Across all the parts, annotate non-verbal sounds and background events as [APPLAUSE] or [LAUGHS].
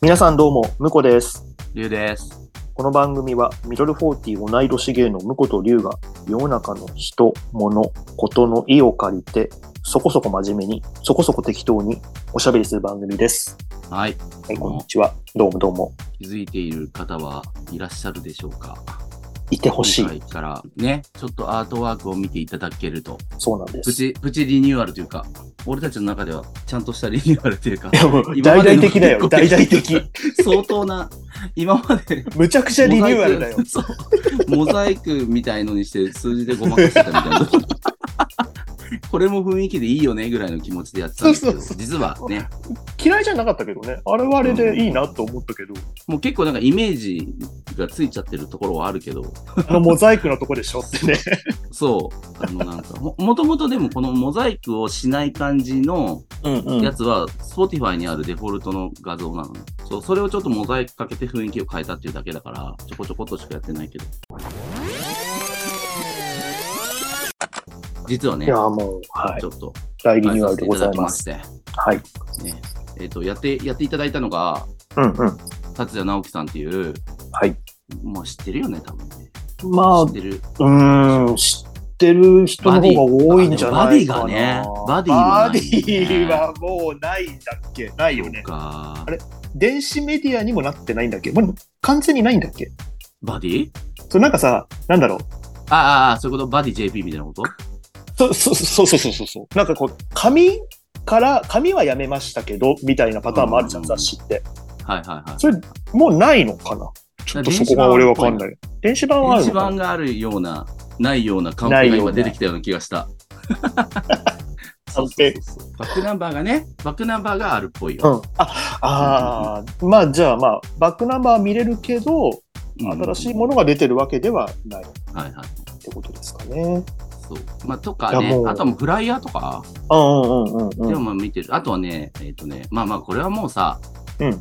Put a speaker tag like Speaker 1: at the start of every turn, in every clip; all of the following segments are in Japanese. Speaker 1: 皆さんどうも、ムコです。
Speaker 2: りゅうです。
Speaker 1: この番組は、ミドルフォーティー同い年芸のムコとリュウが、世の中の人、物、ことの意を借りて、そこそこ真面目に、そこそこ適当におしゃべりする番組です。
Speaker 2: はい。
Speaker 1: はい、こんにちは。どうもどうも。
Speaker 2: 気づいている方はいらっしゃるでしょうか
Speaker 1: いてほし
Speaker 2: 今
Speaker 1: い。
Speaker 2: 回からね、ちょっとアートワークを見ていただけると、
Speaker 1: そうなんで
Speaker 2: プ
Speaker 1: す。い
Speaker 2: チ、プチリニューアルというか、俺たちの中ではちゃんとしたリニューアル
Speaker 1: [LAUGHS]
Speaker 2: というか、
Speaker 1: や、もう、
Speaker 2: 今
Speaker 1: 大
Speaker 2: まで
Speaker 1: 々
Speaker 2: の [LAUGHS]
Speaker 1: 的だよ。
Speaker 2: ご
Speaker 1: 大
Speaker 2: 提
Speaker 1: 々
Speaker 2: 案
Speaker 1: 的。
Speaker 2: 相当な、今まで、
Speaker 1: むちゃくちゃリニューアルだよ。
Speaker 2: モザイク。そう。モザイクみたいのにして数字でごまかしてたみたいな。 [LAUGHS] これも雰囲気でいいよねぐらいの気持ちでやってたんですけど、
Speaker 1: そうそうそう
Speaker 2: 実はね、
Speaker 1: 嫌いじゃなかったけどね。あれはあれでいいなと思ったけど、
Speaker 2: もう結構なんかイメージがついちゃってるところはあるけど、
Speaker 1: あのモザイクのとこでしょってね。
Speaker 2: そう。あの、なんか、も、もともとでもこのモザイクをしない感じの
Speaker 1: うんう
Speaker 2: やつは、Spotify にあるデフォルトの画像なのね。そう、それをちょっとモザイクかけて雰囲気を変えたっていうだけだから、ちょこちょこっとしかやってないけど。実はね、
Speaker 1: いや、
Speaker 2: ち
Speaker 1: もう、はい。
Speaker 2: ょっと、
Speaker 1: 大リ
Speaker 2: 変
Speaker 1: ニ
Speaker 2: え
Speaker 1: ューアル
Speaker 2: させて
Speaker 1: で
Speaker 2: い
Speaker 1: ご
Speaker 2: た
Speaker 1: ざ
Speaker 2: だ
Speaker 1: い
Speaker 2: き
Speaker 1: ま。
Speaker 2: ますして。
Speaker 1: はい。
Speaker 2: ねえっ、と、やって、やっていただいたのが、
Speaker 1: うんうん。
Speaker 2: 達也直樹さんっていう、
Speaker 1: はい。
Speaker 2: もう知ってるよね、多分ね。
Speaker 1: まあ
Speaker 2: 知っ、てる。
Speaker 1: うーん、知ってる人の方が多いんじゃないかな。
Speaker 2: バディバディがねバディは
Speaker 1: もうないんだっけないよね
Speaker 2: そう。か
Speaker 1: あれ電子メディアにもなってないんだっけもう完全にないんだっけ
Speaker 2: バディ
Speaker 1: そうなんかさ、なんだろう。
Speaker 2: ああああ、そういうことバディ JP みたいなこと
Speaker 1: そ、そ、そ、そうそうそうそう。なんかこう、紙から、紙はやめましたけど、みたいなパターンもあるじゃん、
Speaker 2: うん
Speaker 1: 雑誌って。
Speaker 2: はいはいはい。
Speaker 1: それ、もうないのかなちょっとそこが俺わかんない。電子版はある
Speaker 2: 電子
Speaker 1: のか
Speaker 2: 版
Speaker 1: な
Speaker 2: があるような、ないようなカンペ
Speaker 1: な
Speaker 2: が
Speaker 1: いような
Speaker 2: 今出てきたような気がした。
Speaker 1: カンペ
Speaker 2: そうそうそうバックナンバーがね、バックナンバーがあるっぽいよ。
Speaker 1: うん。あ、あーまあじゃあまあ、バックナンバーは見れるけど、
Speaker 2: うん
Speaker 1: 新しいものが出てるわけではないっ
Speaker 2: はいはい。
Speaker 1: てことですかね。
Speaker 2: そう。まあ、とか
Speaker 1: いやも
Speaker 2: ね
Speaker 1: う、
Speaker 2: あとはもうフライヤーとか、
Speaker 1: うんうんうん
Speaker 2: で
Speaker 1: う
Speaker 2: も
Speaker 1: ん。
Speaker 2: まあ見てる。あとはね、えっ、とね、まあまあこれはもうさ、
Speaker 1: うん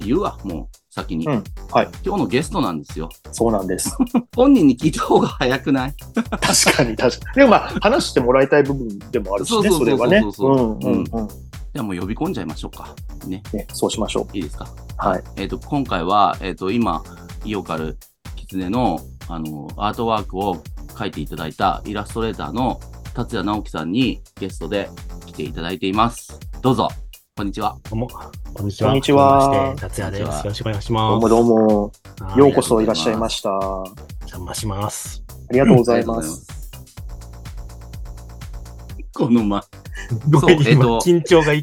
Speaker 2: 言うわ、もう先に、
Speaker 1: うんはい
Speaker 2: 今日のゲストなんですよ。
Speaker 1: そうなんです。
Speaker 2: 本人に聞いた方が早くない
Speaker 1: [LAUGHS] 確かに確かに。でもまあ、話してもらいたい部分でもあるしね、
Speaker 2: そう
Speaker 1: そ
Speaker 2: そう
Speaker 1: れ
Speaker 2: そうそ
Speaker 1: はね。
Speaker 2: う
Speaker 1: う
Speaker 2: そうん
Speaker 1: うんうん。
Speaker 2: じゃあもう呼び込んじゃいましょうか。ね。
Speaker 1: ね、そうしましょう。
Speaker 2: いいですか
Speaker 1: はい。
Speaker 2: えっ、と、今回は、えっ、と、今、イオカルキツネの、あの、アートワークを描いていただいたイラストレーターの達也直樹さんにゲストで来ていただいています。どうぞ、こんにちは。
Speaker 3: どうも、こんにちは。
Speaker 1: こんにちは
Speaker 3: はじめまして、達也です。
Speaker 2: こんにちは
Speaker 3: よろしくお願いし
Speaker 1: どうも
Speaker 3: ます。
Speaker 1: どうも。
Speaker 3: はい
Speaker 1: ようこそいらっしゃいました。あ
Speaker 3: 邪魔します。
Speaker 1: りがとうございます。
Speaker 2: [LAUGHS] この前、
Speaker 3: ごめん
Speaker 2: えっと
Speaker 3: 今緊張がい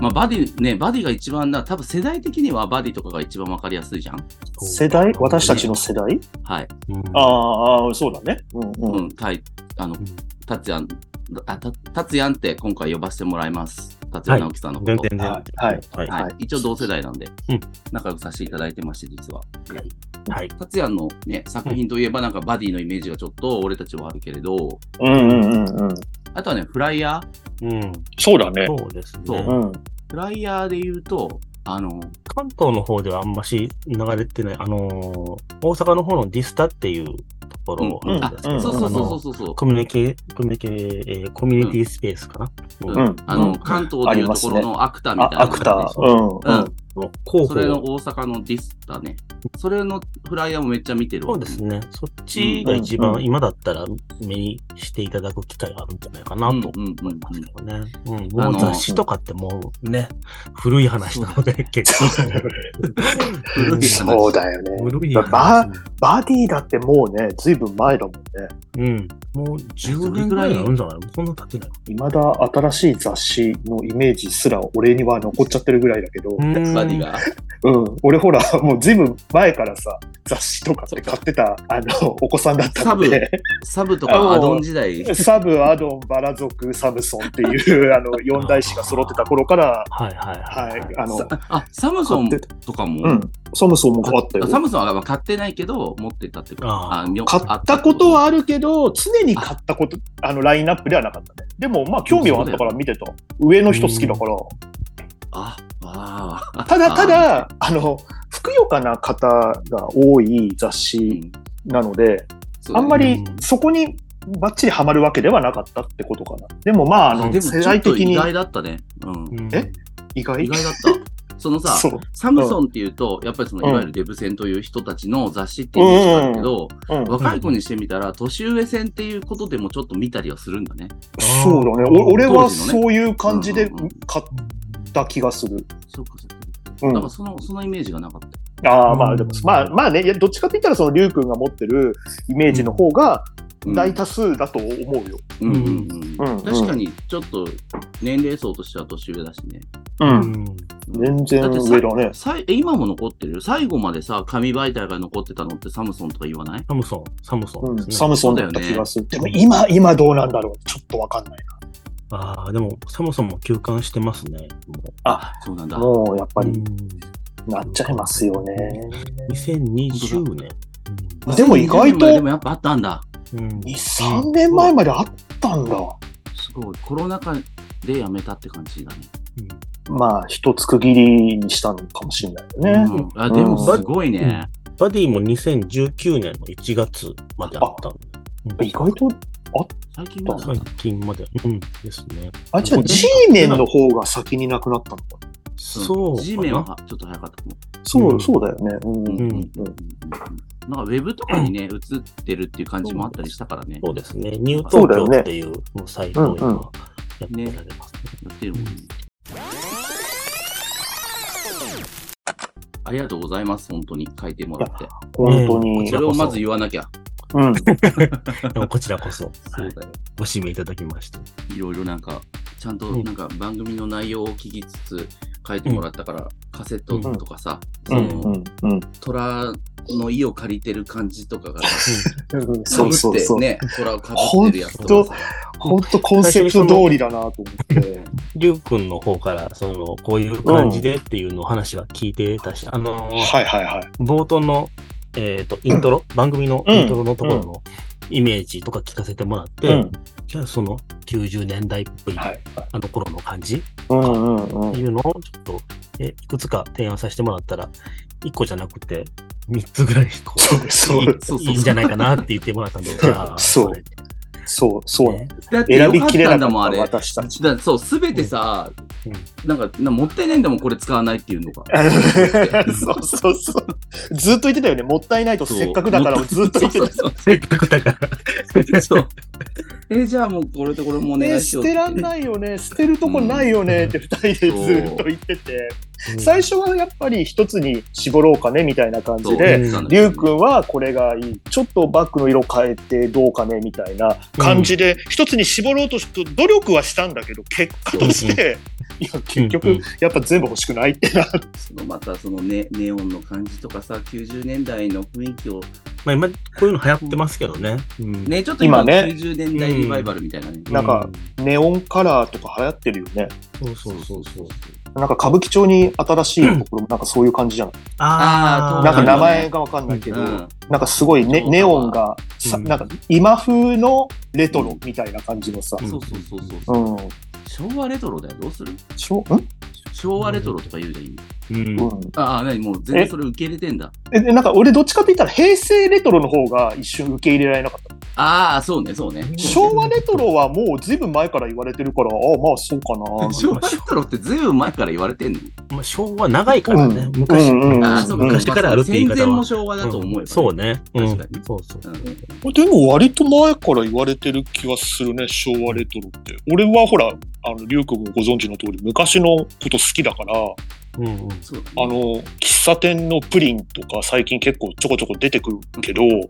Speaker 2: まあ、バディ、ね、バディが一番な、多分世代的にはバディとかが一番わかりやすいじゃん
Speaker 1: 世代私たちの世代
Speaker 2: はい。
Speaker 3: うん
Speaker 1: ああ、そうだね。うんう。
Speaker 2: うんん、たい、あの
Speaker 3: ん、
Speaker 2: 達也、あ、た達也って今回呼ばせてもらいます。達也直樹さんのこと。
Speaker 3: 全然全然。
Speaker 1: はいはい
Speaker 3: はい。
Speaker 2: はい、
Speaker 1: はい
Speaker 2: 一応同世代なんで、
Speaker 3: うん
Speaker 2: 仲良くさせていただいてまして、実は。
Speaker 3: はい
Speaker 2: 達也の、ね、作品といえば、なんかバディのイメージがちょっと俺たちはあるけれど、
Speaker 1: うんうんうんうん。
Speaker 2: あとはね、フライヤー。
Speaker 3: うん。
Speaker 1: そうだね。
Speaker 3: そうですね。
Speaker 2: そう
Speaker 1: うん。
Speaker 2: フライヤーで言うと、あの、
Speaker 3: 関東の方ではあんまし流れてない、あのー大阪の方のディスタっていうところ
Speaker 2: うん
Speaker 3: あるんですけ
Speaker 1: う
Speaker 3: ど、
Speaker 1: ん
Speaker 2: そうそうそう
Speaker 3: う。
Speaker 2: そうそう。
Speaker 3: コミュニケ、コミュニケ、えーコミュニティスペースかな。
Speaker 2: う
Speaker 1: うん
Speaker 2: ん、あの、
Speaker 1: うん
Speaker 2: 関東でいうところのアクターみた
Speaker 1: あ
Speaker 2: いな、
Speaker 1: アクター。うんうん。
Speaker 3: の候
Speaker 2: そ
Speaker 3: 補
Speaker 2: れの大阪のディスだね。それのフライヤーもめっちゃ見てるわ
Speaker 3: そうですね。そっちが一
Speaker 1: うんう
Speaker 3: 番
Speaker 1: ん
Speaker 3: 今だったら目にしていただく機会があるんじゃないかな
Speaker 2: うん
Speaker 3: と
Speaker 2: うん
Speaker 3: 思いますけどね。うん。
Speaker 2: あの
Speaker 3: もう雑誌とかってもうね、古い話なので結構。
Speaker 2: 古い話
Speaker 1: そうだよね。
Speaker 3: 古い
Speaker 1: バ
Speaker 3: 話。
Speaker 1: バディだってもうね、ずいぶん前だもんね。
Speaker 3: うん。もう10年ぐらいあるんじゃないもうそんな経ってない。
Speaker 1: いまだ新しい雑誌のイメージすら俺には残っちゃってるぐらいだけど、
Speaker 2: バディが。
Speaker 1: うん、俺ほら、 [LAUGHS] もうずいぶん前からさ、雑誌とかって買ってた、あの、お子さんだったので、
Speaker 2: サブと
Speaker 1: あもう
Speaker 2: かアドン時代。
Speaker 1: [LAUGHS] サブ、アドン、バラ族、サムソンって [LAUGHS] いう、あの、四大師が揃ってた頃から、
Speaker 3: はいはい
Speaker 1: は
Speaker 3: はい
Speaker 1: い、
Speaker 3: は
Speaker 1: あの、
Speaker 2: あ、サムソン
Speaker 1: 買って
Speaker 2: とかも。
Speaker 1: うん、サムソンも買った
Speaker 2: あサ
Speaker 1: よ。
Speaker 2: ムソンは買ってないけど、持ってたってこと。
Speaker 3: あー
Speaker 2: みょ
Speaker 1: 買ったことは
Speaker 2: あ
Speaker 1: あるけど、常に買ったこと、あの、ラインナップではなかったね。でも、まあ、興味はあったから見てた。上の人好きだから、
Speaker 2: あ、ああ。
Speaker 1: ただた
Speaker 2: あ
Speaker 1: だ、あの、ふくよかな方が多い雑
Speaker 2: ー、う
Speaker 1: 誌
Speaker 2: ん
Speaker 1: なので、
Speaker 2: そう
Speaker 1: あ
Speaker 2: ね
Speaker 1: んまり
Speaker 3: うん
Speaker 1: そこにバッチリはまるわけではなかったってことかな。でもまあ、あ
Speaker 2: あ
Speaker 1: の、
Speaker 2: でも
Speaker 1: 世
Speaker 2: ちょっ
Speaker 1: 代
Speaker 2: と
Speaker 1: 的
Speaker 2: 意
Speaker 1: に
Speaker 2: 外だったね。うん。
Speaker 3: うん
Speaker 1: え意外
Speaker 2: 意外だった。そのさ、
Speaker 1: そう。
Speaker 2: サムソンっていうと、やっぱりその、
Speaker 1: うん
Speaker 2: いわゆるデブ戦という人たちの雑誌っていうのがあるけど、
Speaker 1: うん、
Speaker 2: 若い子にしてみたら、年上戦っていうことでもちょっと見たりはするんだね。
Speaker 1: そうだね。
Speaker 3: うん
Speaker 1: お俺
Speaker 2: 当
Speaker 1: は
Speaker 2: 時のね
Speaker 1: そういう感じで
Speaker 2: うんうんうん
Speaker 1: 買った気がする。
Speaker 2: そっかそっか。
Speaker 1: うん
Speaker 2: なんかその、そのイメージがなかった。
Speaker 1: ああ、まあでも
Speaker 3: う、ん
Speaker 1: まあまあね、いやどっちかって言ったら、そのリュウ君が持ってるイメージの方が
Speaker 2: うん
Speaker 1: 大多数だと思うよ。
Speaker 2: うんうんうん。
Speaker 1: うんうん
Speaker 2: 確かに、ちょっと、年齢層としては年上だしね。
Speaker 1: う。
Speaker 3: うんん
Speaker 1: 全然
Speaker 2: だってさ
Speaker 1: 上だね。
Speaker 2: さいえ今も残ってるよ最後までさ、紙媒体が残ってたのってサムソンとか言わない
Speaker 3: サムソン、サムソ
Speaker 1: う
Speaker 3: ンで
Speaker 1: ん、
Speaker 3: すね。
Speaker 1: サムソンだった気がする。でも今、今どうなんだろうちょっとわかんない
Speaker 3: ああ、でも、サムソンも休館してますね。もう
Speaker 2: そうなんだ
Speaker 1: な。。もうやっぱ
Speaker 3: う
Speaker 1: り
Speaker 3: ん
Speaker 1: なっちゃいますよね。
Speaker 3: 2020年。
Speaker 1: でも意外と
Speaker 2: でもやっぱあったんだ。
Speaker 3: うん
Speaker 1: 2、3年前まであったんだ。
Speaker 2: すごい。コロナ禍でやめたって感じだね。
Speaker 1: まあ、一つ区切りにしたのかもしれないよね。
Speaker 2: うんあでもすごいね。
Speaker 3: バディも2019年の1月まであったんでうん
Speaker 1: 意外と、
Speaker 2: 最近まだ
Speaker 3: 最近まで。うんですね。
Speaker 1: あ、じゃあ、G メンの方が先になくなったのかな。
Speaker 3: そうかな。
Speaker 2: G メンはちょっと早かったかも。
Speaker 1: そうう、
Speaker 3: ん
Speaker 1: そうだよね。うん
Speaker 2: うん
Speaker 3: う
Speaker 2: うんんうんうんなんかウェブとかにね、映ってるっていう感じもあったりしたからね。
Speaker 3: そうですね。ニュー
Speaker 1: そ
Speaker 3: ト
Speaker 1: うだよ
Speaker 3: ー
Speaker 1: ね
Speaker 3: っていうサイトを
Speaker 1: うんうん
Speaker 3: 今やってられますね。
Speaker 2: やってるもんね。ありがとうございます、本当に。書いてもらって。
Speaker 1: 本当
Speaker 3: うん
Speaker 1: に
Speaker 2: そ。れをまず言わなきゃ。
Speaker 1: うん。
Speaker 3: でもこちらこそ、
Speaker 2: そうだよ。
Speaker 3: ご指名いただきまして。
Speaker 2: いろいろなんか、ちゃんと
Speaker 3: うん
Speaker 2: なんか番組の内容を聞きつつ、書いてもらったから、カセットとかさ、そ
Speaker 1: うん
Speaker 2: の、
Speaker 1: うんうん。
Speaker 2: 虎の意を借りてる感じとかが、
Speaker 1: うん [LAUGHS]
Speaker 2: か
Speaker 1: そ
Speaker 2: ぶ
Speaker 1: うそう
Speaker 2: って
Speaker 1: そう。
Speaker 2: ね、虎をかぶってるやつとかさ。
Speaker 1: 本当コンセプト通りだなと思 [LAUGHS] って。
Speaker 3: りゅうくんの方から、その、こういう感じでっていうのを話は聞いてたし、あのー、
Speaker 1: はいはいはい。
Speaker 3: 冒頭の、えっ、と、イントロ、番組のイントロのところのイメージとか聞かせてもらって、
Speaker 1: うん。
Speaker 3: じゃあその90年代っぽい、
Speaker 1: はい。
Speaker 3: あの頃の感じっ
Speaker 1: うんうん
Speaker 3: て
Speaker 1: うん。
Speaker 3: いうのをちょっと、えいくつか提案させてもらったら、1個じゃなくて、3つぐらい、こう、
Speaker 1: そう
Speaker 3: い
Speaker 2: そうそう
Speaker 3: いいいんじゃないかなって言ってもらったんで、あ
Speaker 1: [LAUGHS]
Speaker 3: ー
Speaker 1: そう
Speaker 3: れ
Speaker 1: そう、そうなんだ。
Speaker 2: だって
Speaker 1: 選
Speaker 2: よ
Speaker 1: び
Speaker 2: かっ
Speaker 1: きれ
Speaker 2: た
Speaker 1: なんかっ
Speaker 2: だもん、あ
Speaker 1: た
Speaker 2: れ。
Speaker 1: 私たち。
Speaker 2: だそう、すべてさ、
Speaker 3: うん
Speaker 2: なんか、なもったいないんだもん、これ使わないっていうの [LAUGHS] が。
Speaker 1: そうそうそう。ずっと言ってたよね。もったいないとせっかくだからをずっと言ってた。
Speaker 2: そう
Speaker 3: せっかくだから。
Speaker 2: そうそうえーじゃあもうこれとこれもお願
Speaker 1: ね、
Speaker 2: いし
Speaker 1: 捨
Speaker 2: ようって
Speaker 1: てらんないよね、捨てるとこないよねって二人でずっと言ってて、最初はやっぱり一つに絞ろうかねみたいな感じで、
Speaker 3: そう
Speaker 1: りゅうくんはこれがいい、ちょっとバッグの色変えてどうかねみたいな感じで、一つに絞ろうとして努力はしたんだけど、結果として、いや、結
Speaker 3: うん
Speaker 1: 局
Speaker 3: うん、
Speaker 1: やっぱ全部欲しくないってなって、
Speaker 2: そのまたそのネネオンの感じとかさ、90年代の雰囲気を、
Speaker 3: まあ今、こういうの流行ってますけどね。うん
Speaker 2: ね、ちょっと今、
Speaker 1: 今ね
Speaker 2: 90年代リバイバルみたいなね。
Speaker 1: なんか、ネオンカラーとか流行ってるよね。
Speaker 3: そうそうそうそう。
Speaker 1: なんか歌舞伎町に新しいところもなんかそういう感じじゃない、
Speaker 2: あー
Speaker 1: なんか名
Speaker 2: あるよ
Speaker 1: 前がわかんないけど、
Speaker 2: うん
Speaker 1: なんかすごいネ
Speaker 2: そう
Speaker 1: ネオンがさ、
Speaker 3: うん
Speaker 1: なんか今風のレトロみたいな感じのさ、
Speaker 2: そうそうそうそう
Speaker 1: う
Speaker 2: そう、
Speaker 1: ん、
Speaker 2: 昭和レトロだよ、どうする
Speaker 1: しょん
Speaker 2: 昭和レトロとか言うじゃん、今。
Speaker 3: うん
Speaker 1: うん
Speaker 2: ああ、なに、もう全然それ受け入れてんだ。
Speaker 1: えでなんか俺どっちかって言ったら平成レトロの方が一瞬受け入れられなかった。
Speaker 2: ああ、そうね、そうね。
Speaker 1: 昭和レトロはもうずいぶん前から言われてるから、ああまあそうかな。
Speaker 2: 昭和レトロってずいぶん前から言われてんの
Speaker 3: まあ、昭和長いからね、
Speaker 1: うん
Speaker 3: 昔、
Speaker 1: うんうん
Speaker 2: ああ、そうか。
Speaker 3: 昔からあるって言い方は
Speaker 2: 戦前も昭和だと思えば、
Speaker 3: うんそうね、うん
Speaker 2: 確かに
Speaker 3: そうそう。
Speaker 2: うん
Speaker 1: [LAUGHS] でも割と前から言われてる気はするね、昭和レトロって。俺はほら、あの、りゅうくんもご存知の通り、昔のこと好きだから、あ
Speaker 3: うんうん
Speaker 2: そうだね
Speaker 1: の、喫茶店のプリンとか最近結構ちょこちょこ出てくるけど、
Speaker 2: うんうん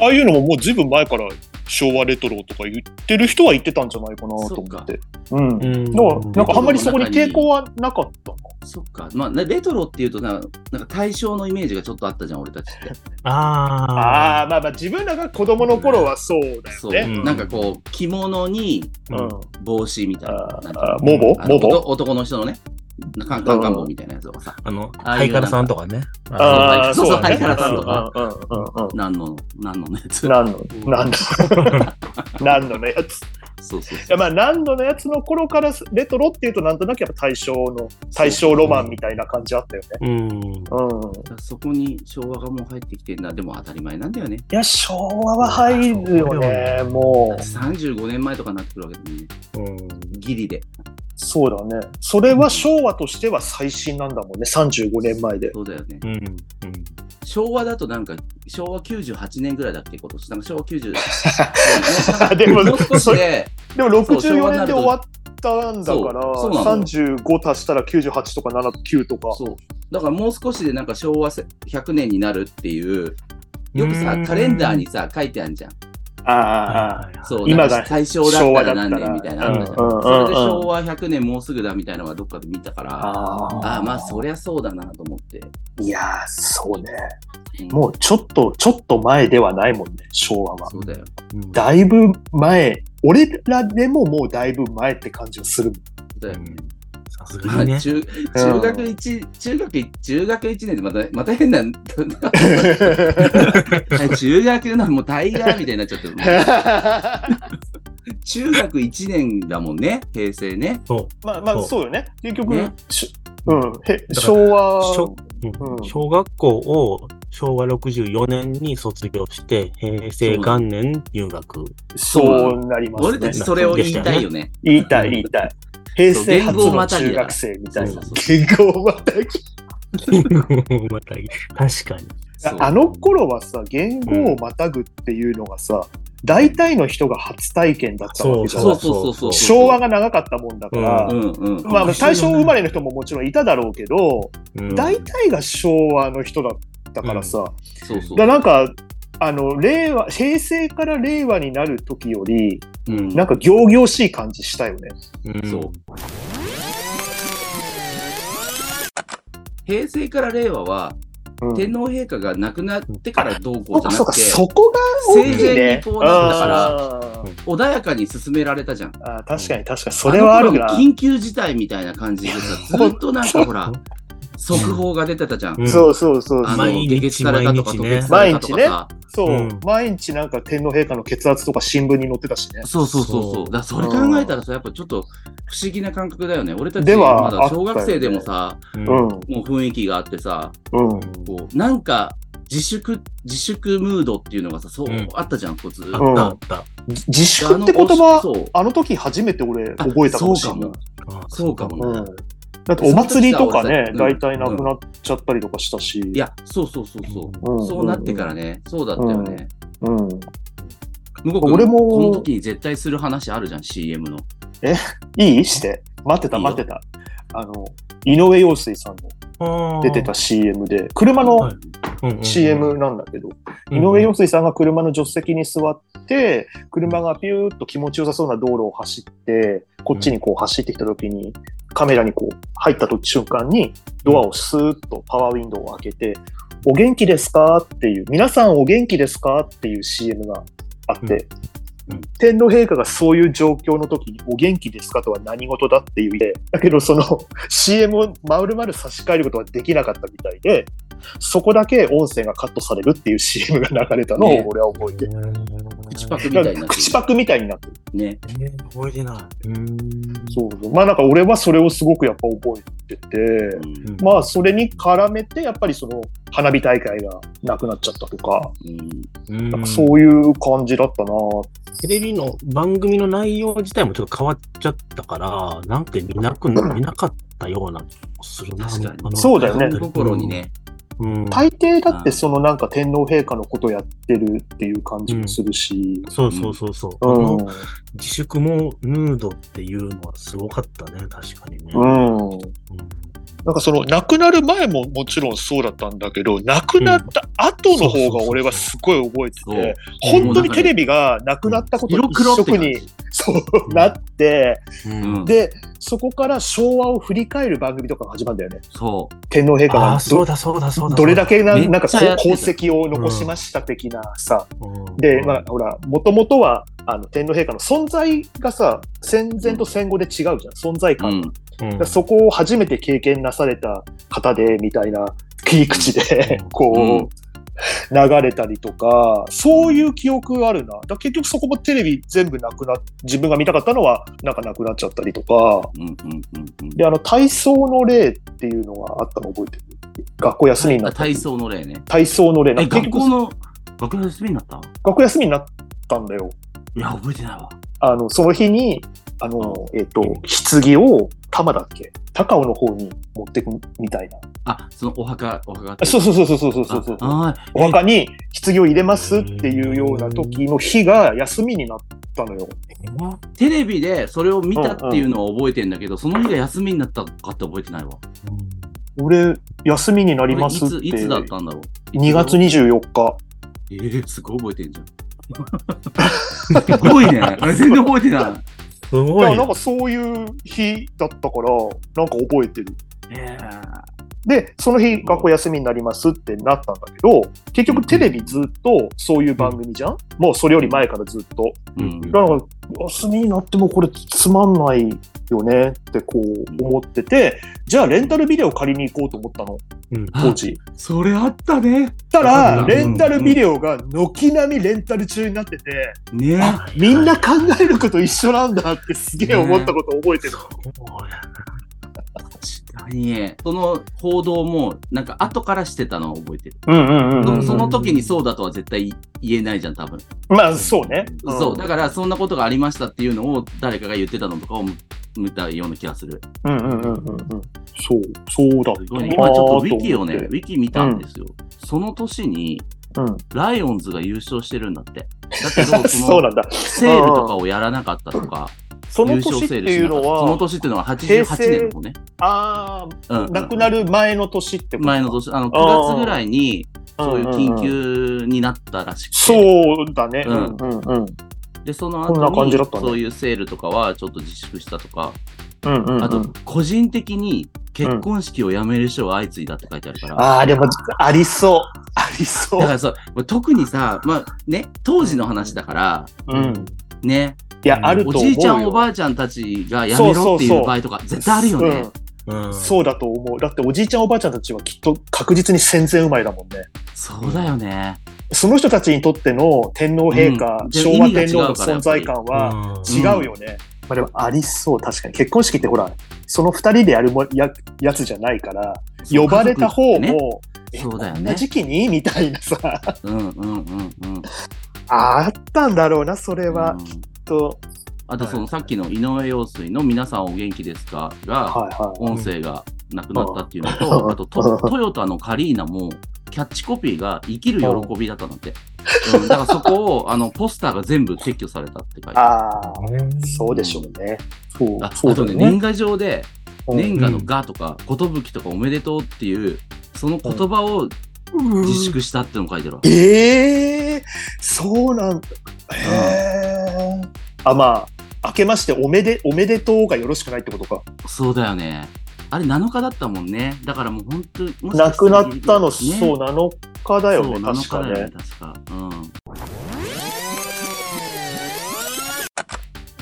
Speaker 1: ああいうのももうずいぶん前から昭和レトロとか言ってる人は言ってたんじゃないかなと思って。うん。だ
Speaker 3: うん
Speaker 1: から、なんかあんまりそこに
Speaker 2: レ
Speaker 1: 抵
Speaker 2: トロ
Speaker 1: 抗はなかったな。
Speaker 2: うん。そっか。まあ、ねレトロっていうとな、なんか対象のイメージがちょっとあったじゃん、俺たちって。
Speaker 1: ああ、
Speaker 3: あ
Speaker 1: まあまあ自分らが子供の頃はそうだ
Speaker 2: そう。
Speaker 1: よね。
Speaker 3: うん
Speaker 2: なんかこう、着物に
Speaker 3: ー、うん
Speaker 2: 帽子みたいな。
Speaker 1: あー
Speaker 2: なんていうの
Speaker 1: あーモボ
Speaker 2: あの
Speaker 1: モボ
Speaker 2: おと男の人のね、カンカンカンボみたいなやつをさ、
Speaker 3: あの、
Speaker 2: ああいう
Speaker 3: ハイカラさんとかね。
Speaker 1: ああ、
Speaker 2: そう
Speaker 1: そうだ
Speaker 2: ハ
Speaker 1: ね。
Speaker 2: イカラさんとか
Speaker 1: うんうんうんうん。 [LAUGHS]
Speaker 2: 何の、何のやつ。
Speaker 1: 何の、何の、何のやつ。
Speaker 2: そうそうそ
Speaker 1: や
Speaker 2: う。
Speaker 1: まあ何度のやつの頃からすレトロっていうとなんとなくやっぱ大正の大正ロマンみたいな感じあったよね。
Speaker 3: う
Speaker 1: う
Speaker 3: ん。
Speaker 1: ん。
Speaker 2: だからそこに昭和がもう入ってきてんだ。でも当たり前なんだよね。
Speaker 1: いや昭和は入るよね。もう
Speaker 2: 35年前とかになってくるわけだもんね。
Speaker 3: うん。
Speaker 2: ギリで。
Speaker 1: そうだね。それは昭和としては最新なんだもんね。35年前で。。
Speaker 2: そうだよね。
Speaker 3: うん。
Speaker 2: 昭和だとなんか、昭和98年ぐらいだっけ、今年。なんか昭和90
Speaker 1: [LAUGHS] でも
Speaker 2: う少しで、
Speaker 1: でも
Speaker 2: そう昭
Speaker 1: 64
Speaker 2: 和に
Speaker 1: 年
Speaker 2: なる
Speaker 1: で
Speaker 2: と
Speaker 1: 終わったんだから
Speaker 2: そうそうなの
Speaker 1: 35足したら98とか79とか。
Speaker 2: そう。だからもう少しでなんか昭和せ100年になるっていう、よく
Speaker 3: う
Speaker 2: さ
Speaker 3: ーん、
Speaker 2: カレンダーにさ、書いてあるじゃん。
Speaker 1: ああ、
Speaker 2: そう、
Speaker 1: 今
Speaker 2: 今
Speaker 1: が
Speaker 2: が最初だったら何
Speaker 1: 昭和
Speaker 2: 年
Speaker 1: だ
Speaker 2: み
Speaker 1: った
Speaker 2: た
Speaker 1: ら
Speaker 2: いなのあったじゃ
Speaker 1: うん
Speaker 2: ん。
Speaker 1: うんうん
Speaker 2: それで昭和100年もうすぐだみたいなのはどっかで見たから、あ
Speaker 1: ああ
Speaker 2: あー、まあそりゃそうだなと思って。
Speaker 1: いやー、そうね。
Speaker 2: うん
Speaker 1: もうちょっと、ちょっと前ではないもんね、昭和は。
Speaker 2: そうだよ。
Speaker 3: うん
Speaker 1: だいぶ前、俺らでももうだいぶ前って感じが [LAUGHS] するもん。
Speaker 2: そうだよね
Speaker 3: さす
Speaker 2: ま
Speaker 3: が
Speaker 2: あ、
Speaker 3: にね。
Speaker 2: 中中学一中学一中学一年でまたまた変な [LAUGHS] 中学のもうタイガーみたいになっちゃってるも
Speaker 1: [LAUGHS]
Speaker 2: う中学一年だもんね平成ね
Speaker 3: そう。
Speaker 1: まあまあ、
Speaker 3: そう
Speaker 1: そうよね。結局、
Speaker 2: ね
Speaker 1: しうん、へ
Speaker 3: ら
Speaker 1: 昭和。
Speaker 3: 小
Speaker 1: うん
Speaker 3: うん小学校を昭和64年に卒業して、平成元年入学。
Speaker 1: そうなります
Speaker 2: 俺
Speaker 1: ね
Speaker 2: たち。それを言いたいよね
Speaker 1: 言いたい、言いたい。平成初
Speaker 2: そう言語
Speaker 1: の
Speaker 2: またぎだ
Speaker 1: 中学生みたいな
Speaker 2: そう。
Speaker 1: 言語またぎ。
Speaker 3: また確かに。
Speaker 2: そう
Speaker 1: あの頃はさ、言語をまたぐっていうのがさ、大体の人が初体験だったわけじゃない
Speaker 2: そうそうそうそう
Speaker 1: 昭和が長かったもんだから、
Speaker 2: うんうん
Speaker 1: まあ、大正生まれの人ももちろんいただろうけど、
Speaker 3: うん
Speaker 1: 大体が昭和の人だったからさ、
Speaker 2: そうそう
Speaker 1: だからなんかあの令和平成から令和になる時より
Speaker 2: うん
Speaker 1: なんか仰々しい感じしたよね。
Speaker 3: うん
Speaker 2: そう平成から令和は
Speaker 1: うん
Speaker 2: 天皇陛下が亡くなってからどうこ
Speaker 1: そ
Speaker 2: う
Speaker 1: う
Speaker 2: じ
Speaker 1: かそう
Speaker 2: ゃな
Speaker 1: か
Speaker 2: くて
Speaker 1: そこが大きいね。
Speaker 2: 生前にこうなったから
Speaker 1: うん
Speaker 2: 穏やかに進められたじゃん
Speaker 1: あー確かに確かにそれはある
Speaker 2: の
Speaker 1: な
Speaker 2: 頃。緊急事態みたいな感じでさ、ずっとなんか
Speaker 1: [LAUGHS]
Speaker 2: ほら、速報が出てたじゃん。
Speaker 3: うん
Speaker 1: そうそうそうそ
Speaker 2: あの、
Speaker 1: う
Speaker 3: 毎日
Speaker 2: 下血されたとか、
Speaker 3: 毎
Speaker 2: 吐
Speaker 3: 日ね
Speaker 2: 血されたとかさ。
Speaker 1: そう、
Speaker 3: うん
Speaker 1: 毎日なんか天皇陛下の血圧とか新聞に載ってたしね。
Speaker 2: そうそうそうそう。
Speaker 3: そう
Speaker 2: だからそれ考えたらさ、やっぱちょっと不思議な感覚だよね。俺たち
Speaker 1: では
Speaker 2: ま
Speaker 1: あ
Speaker 2: だ
Speaker 1: ったよ
Speaker 2: 小
Speaker 1: ね
Speaker 2: 学生でもさ、
Speaker 1: うん
Speaker 2: もう雰囲気があってさ、
Speaker 1: うん
Speaker 2: こう、なんか自粛、自粛ムードっていうのがさ、そう、
Speaker 3: うん
Speaker 2: あったじゃん、こうずーっ
Speaker 3: あ
Speaker 2: と。
Speaker 3: ったあった。
Speaker 1: じ自
Speaker 2: で
Speaker 1: 粛って言
Speaker 2: あの
Speaker 1: 葉
Speaker 2: そう。
Speaker 1: あの時初めて俺覚えたかもしれない。
Speaker 3: あ
Speaker 2: そうかも
Speaker 1: う
Speaker 2: ね
Speaker 1: んだってお祭りとかね、
Speaker 2: その
Speaker 1: 大
Speaker 2: 時は
Speaker 1: 体
Speaker 2: 俺
Speaker 1: なくなっちゃったりとかしたし、
Speaker 2: いや、そうそうそうそう。
Speaker 1: うん
Speaker 2: そうなってからね、そうだったよね。
Speaker 1: うん、
Speaker 2: 向こう君
Speaker 1: 俺も
Speaker 2: この時に絶対する話あるじゃん、CM の。
Speaker 1: いいして、待ってた、
Speaker 2: いいよ
Speaker 1: 待ってた。あの、井上陽水さんの出てた CM で、車の
Speaker 3: はいうんうんうん
Speaker 1: CM なんだけど、
Speaker 3: うん
Speaker 1: 井上陽水さんが車の助手席に座って、車がピューっと気持ちよさそうな道路を走って、こっちにこう走ってきた時に、カメラにこう入った時瞬間に、ドアをスーッとパワーウィンドウを開けて、お元気ですかっていう、皆さんお元気ですかっていう CM があって、
Speaker 3: うんうん
Speaker 1: 天皇陛下がそういう状況の時にお元気ですかとは何事だっていう意で、だけどその CM をまるまる差し替えることはできなかったみたいで、そこだけ音声がカットされるっていう CM が流れたの
Speaker 2: ね
Speaker 1: を俺は覚えてる。
Speaker 2: 口パクみた
Speaker 1: ない
Speaker 2: に
Speaker 1: ん
Speaker 2: なって
Speaker 1: か
Speaker 2: る
Speaker 1: 口パクみたいになってる。
Speaker 2: ね。
Speaker 3: えー覚えてない。うん
Speaker 1: そうそう。まあなんか俺はそれをすごくやっぱ覚えてて、
Speaker 2: うん
Speaker 1: まあそれに絡めてやっぱりその花火大会がなくなっちゃったとか、
Speaker 2: うん
Speaker 3: うん
Speaker 1: なんかそういう感じだったなぁ
Speaker 3: テレビの番組の内容自体もちょっと変わっちゃったから、なんて見なく、見なかったような気もするな。
Speaker 2: 確かに
Speaker 3: あの
Speaker 1: そうだよね
Speaker 2: 心に。ね。
Speaker 3: うん。
Speaker 1: 大抵だってそのなんか天皇陛下のことやってるっていう感じもするし、
Speaker 3: そうそうそうそう。
Speaker 1: う
Speaker 3: あ
Speaker 1: ん、
Speaker 3: の自粛もヌードっていうのはすごかったね、確かにね。
Speaker 1: うん、
Speaker 3: うん
Speaker 1: なんかその亡くなる前ももちろんそうだったんだけど、亡くなった後の方が俺はすごい覚えてて、
Speaker 3: そう
Speaker 1: 本当にテレビが亡くなったこと
Speaker 2: 色黒
Speaker 1: 一
Speaker 2: って
Speaker 1: 色
Speaker 2: 感
Speaker 1: に
Speaker 2: じ。
Speaker 1: そうなって、
Speaker 2: うん
Speaker 1: で、そこから昭和を振り返る番組とかが始まるんだよね。
Speaker 2: そう。
Speaker 1: 天皇陛下
Speaker 3: あ
Speaker 1: が
Speaker 3: あ、そうだそうだそ
Speaker 1: ど
Speaker 3: うだ。
Speaker 1: どれだけな
Speaker 2: めっちゃ
Speaker 1: なんかこう
Speaker 2: やってた
Speaker 1: 功績を残しました的なさ。
Speaker 3: うん
Speaker 1: で、まあ、ほら、もともとはあの天皇陛下の存在がさ、戦前と戦後で違うじゃん、存在
Speaker 2: う
Speaker 1: 感
Speaker 2: ん。
Speaker 3: うん
Speaker 1: だからそこを初めて経験なされた方でみたいな切り口で、
Speaker 3: うん
Speaker 1: [LAUGHS] こう、
Speaker 2: うん
Speaker 1: 流れたりとか、そういう記憶あるな。だから結局そこもテレビ全部なくなっ、自分が見たかったのはなんかなくなっちゃったりとか、
Speaker 2: うんうんうんうん。
Speaker 1: で、あの、体操の例っていうのがあったの覚えてる。学校休みにな
Speaker 2: あ
Speaker 1: った時。
Speaker 2: 体操の例ね。
Speaker 1: 体操の例な
Speaker 2: え、
Speaker 1: んか結
Speaker 2: 学
Speaker 1: 局
Speaker 2: 校の、学校休みになった
Speaker 1: 学校休みになったんだよ。
Speaker 2: いや、覚えてないわ。
Speaker 1: あの、その日に、あの、えっ、と、棺を玉だっけ高尾の方に持ってくみたいな。
Speaker 2: あ、そのお墓、お墓って
Speaker 1: あそうそうそうそうそうそうそうそう。
Speaker 2: ああ
Speaker 1: お墓に棺を入れますっていうような時の日が休みになったのよ。
Speaker 2: テレビでそれを見たっていうのは覚えてんだけど、その日が休みになったかって覚えてないわ。
Speaker 1: 俺、休みになりますっ
Speaker 2: これ
Speaker 1: て。
Speaker 2: いついつだったんだろう
Speaker 1: ?2 月24日。
Speaker 2: えー、すごい覚えてんじゃん。すごいね。全然覚えてない。
Speaker 3: すご
Speaker 1: だから
Speaker 3: い
Speaker 1: なん。かそういう日だったから、なんか覚えてる。
Speaker 2: え
Speaker 1: で、その日学校休みになりますってなったんだけど、結局テレビずっとそういう番組じゃんもうそれより前からずっと。
Speaker 2: ーうん
Speaker 1: だから、休みになってもこれつまんないよねってこう思ってて、じゃあレンタルビデオ借りに行こうと思ったの、当時。
Speaker 2: それあったね。
Speaker 1: た
Speaker 3: う
Speaker 1: ら、
Speaker 3: ん
Speaker 1: レンタルビデオが軒並みレンタル中になってて、
Speaker 2: ね
Speaker 1: みんな考えること一緒なんだってすげえ思ったこと覚えてる。
Speaker 2: 確かに。その報道も、なんか後からしてたのを覚えてる。
Speaker 1: うんうん
Speaker 3: うんうん
Speaker 2: その時にそうだとは絶対言えないじゃん、多分。
Speaker 1: まあ、そうね。ん
Speaker 2: そう。だから、そんなことがありましたっていうのを誰かが言ってたのとかを見たような気がする。
Speaker 1: うんうんうんうんうん。そう、そうだっ
Speaker 2: す
Speaker 1: た
Speaker 2: ご
Speaker 1: ない
Speaker 2: ね今ちょっとウィキをね、
Speaker 1: と
Speaker 2: ウィキ見たんですよ。その年に、
Speaker 1: 思って
Speaker 2: ライオンズが優勝してるんだ
Speaker 1: [LAUGHS]
Speaker 2: って。だけ
Speaker 1: う
Speaker 2: ど、
Speaker 1: ん。 [LAUGHS] そ
Speaker 2: そうの
Speaker 1: なんだ。
Speaker 2: セールとかをやらなかったとか、
Speaker 1: そ
Speaker 2: 優
Speaker 1: の
Speaker 2: 勝
Speaker 1: 年って
Speaker 2: セール
Speaker 1: い
Speaker 2: し
Speaker 1: う
Speaker 2: なか
Speaker 1: の
Speaker 2: った。その
Speaker 1: は、
Speaker 2: 年っていうのは88年のね。
Speaker 1: あ
Speaker 2: うんう
Speaker 1: あ、
Speaker 2: ん
Speaker 1: 亡くなる前の年ってこと
Speaker 2: 前の年、あの、
Speaker 1: あー
Speaker 2: 9月ぐらいに、そういう緊
Speaker 1: んんん
Speaker 2: 急になったらしくて、
Speaker 1: そうだね。
Speaker 2: う
Speaker 1: うんんうんうん。
Speaker 2: で、その
Speaker 1: こんな
Speaker 2: 後
Speaker 1: 感
Speaker 2: に、
Speaker 1: じだったね
Speaker 2: そういうセールとかはちょっと自粛したとか、
Speaker 1: うんうんうん
Speaker 2: あと、個人的に結婚式を辞める人が相次いだって書いてあるから、
Speaker 1: ああ、でも、ありそう。 [LAUGHS] ありそ
Speaker 2: だか
Speaker 1: う。
Speaker 2: らそう、まあ特にさ、まあね、当時の話だから、
Speaker 1: うん。
Speaker 2: ね、
Speaker 1: いや、あると
Speaker 2: お
Speaker 1: 思うよ。
Speaker 2: じいちゃん、おばあちゃんたちが辞めろっていう場合とか、絶対あるよね。
Speaker 1: うんそうだと思う。だって、おじいちゃん、おばあちゃんたちはきっと確実に戦前生まれだもんね。
Speaker 2: そうだよね。
Speaker 1: その人たちにとっての天皇陛下、
Speaker 2: うんで
Speaker 1: 昭和天皇の
Speaker 2: 意味が違うから
Speaker 1: 存在感は違うよね。まあ、でも、ありそう。確かに。結婚式ってほら、その二人でやるもややつじゃないから、呼ばれた方
Speaker 2: ね
Speaker 1: も、え
Speaker 2: そうだよね
Speaker 1: こんな時期にみたいなさ。
Speaker 2: うんうんうんうん。
Speaker 1: あったんだろうな、それは。
Speaker 2: うん
Speaker 1: きっと。
Speaker 2: あとそのさっきの井上陽水の皆さんお元気ですかが
Speaker 1: はいはい。
Speaker 2: 音声がなくなったっていうの
Speaker 1: う
Speaker 2: と、
Speaker 1: ん
Speaker 2: あとト [LAUGHS] トヨタのカリーナもキャッチコピーが生きる喜びだったんだって。 [LAUGHS] うん、だからそこをあのポスターが全部撤去されたって書いてある。
Speaker 1: ああ、そうでしょうね。そう
Speaker 2: ああ
Speaker 1: そう
Speaker 2: とね、
Speaker 1: だよ
Speaker 2: 年賀状で
Speaker 1: うん
Speaker 2: 年賀のがとか、寿とかおめでとうっていう、その言葉を自粛したっていうの書いてるわ。
Speaker 1: ええそうなんだ。へえ。あ、まあ、明けましておめで、おめでとうがよろしくないってことか。
Speaker 2: そうだよね。あれ7日だったもんね。だからもう本当に。もし
Speaker 1: 亡
Speaker 2: かした
Speaker 1: く
Speaker 2: ら
Speaker 1: なったの、そう、7日だよ
Speaker 2: そ
Speaker 1: ね、
Speaker 2: う
Speaker 1: 確か
Speaker 2: 7日だよ
Speaker 1: ね。
Speaker 2: 確か。うん。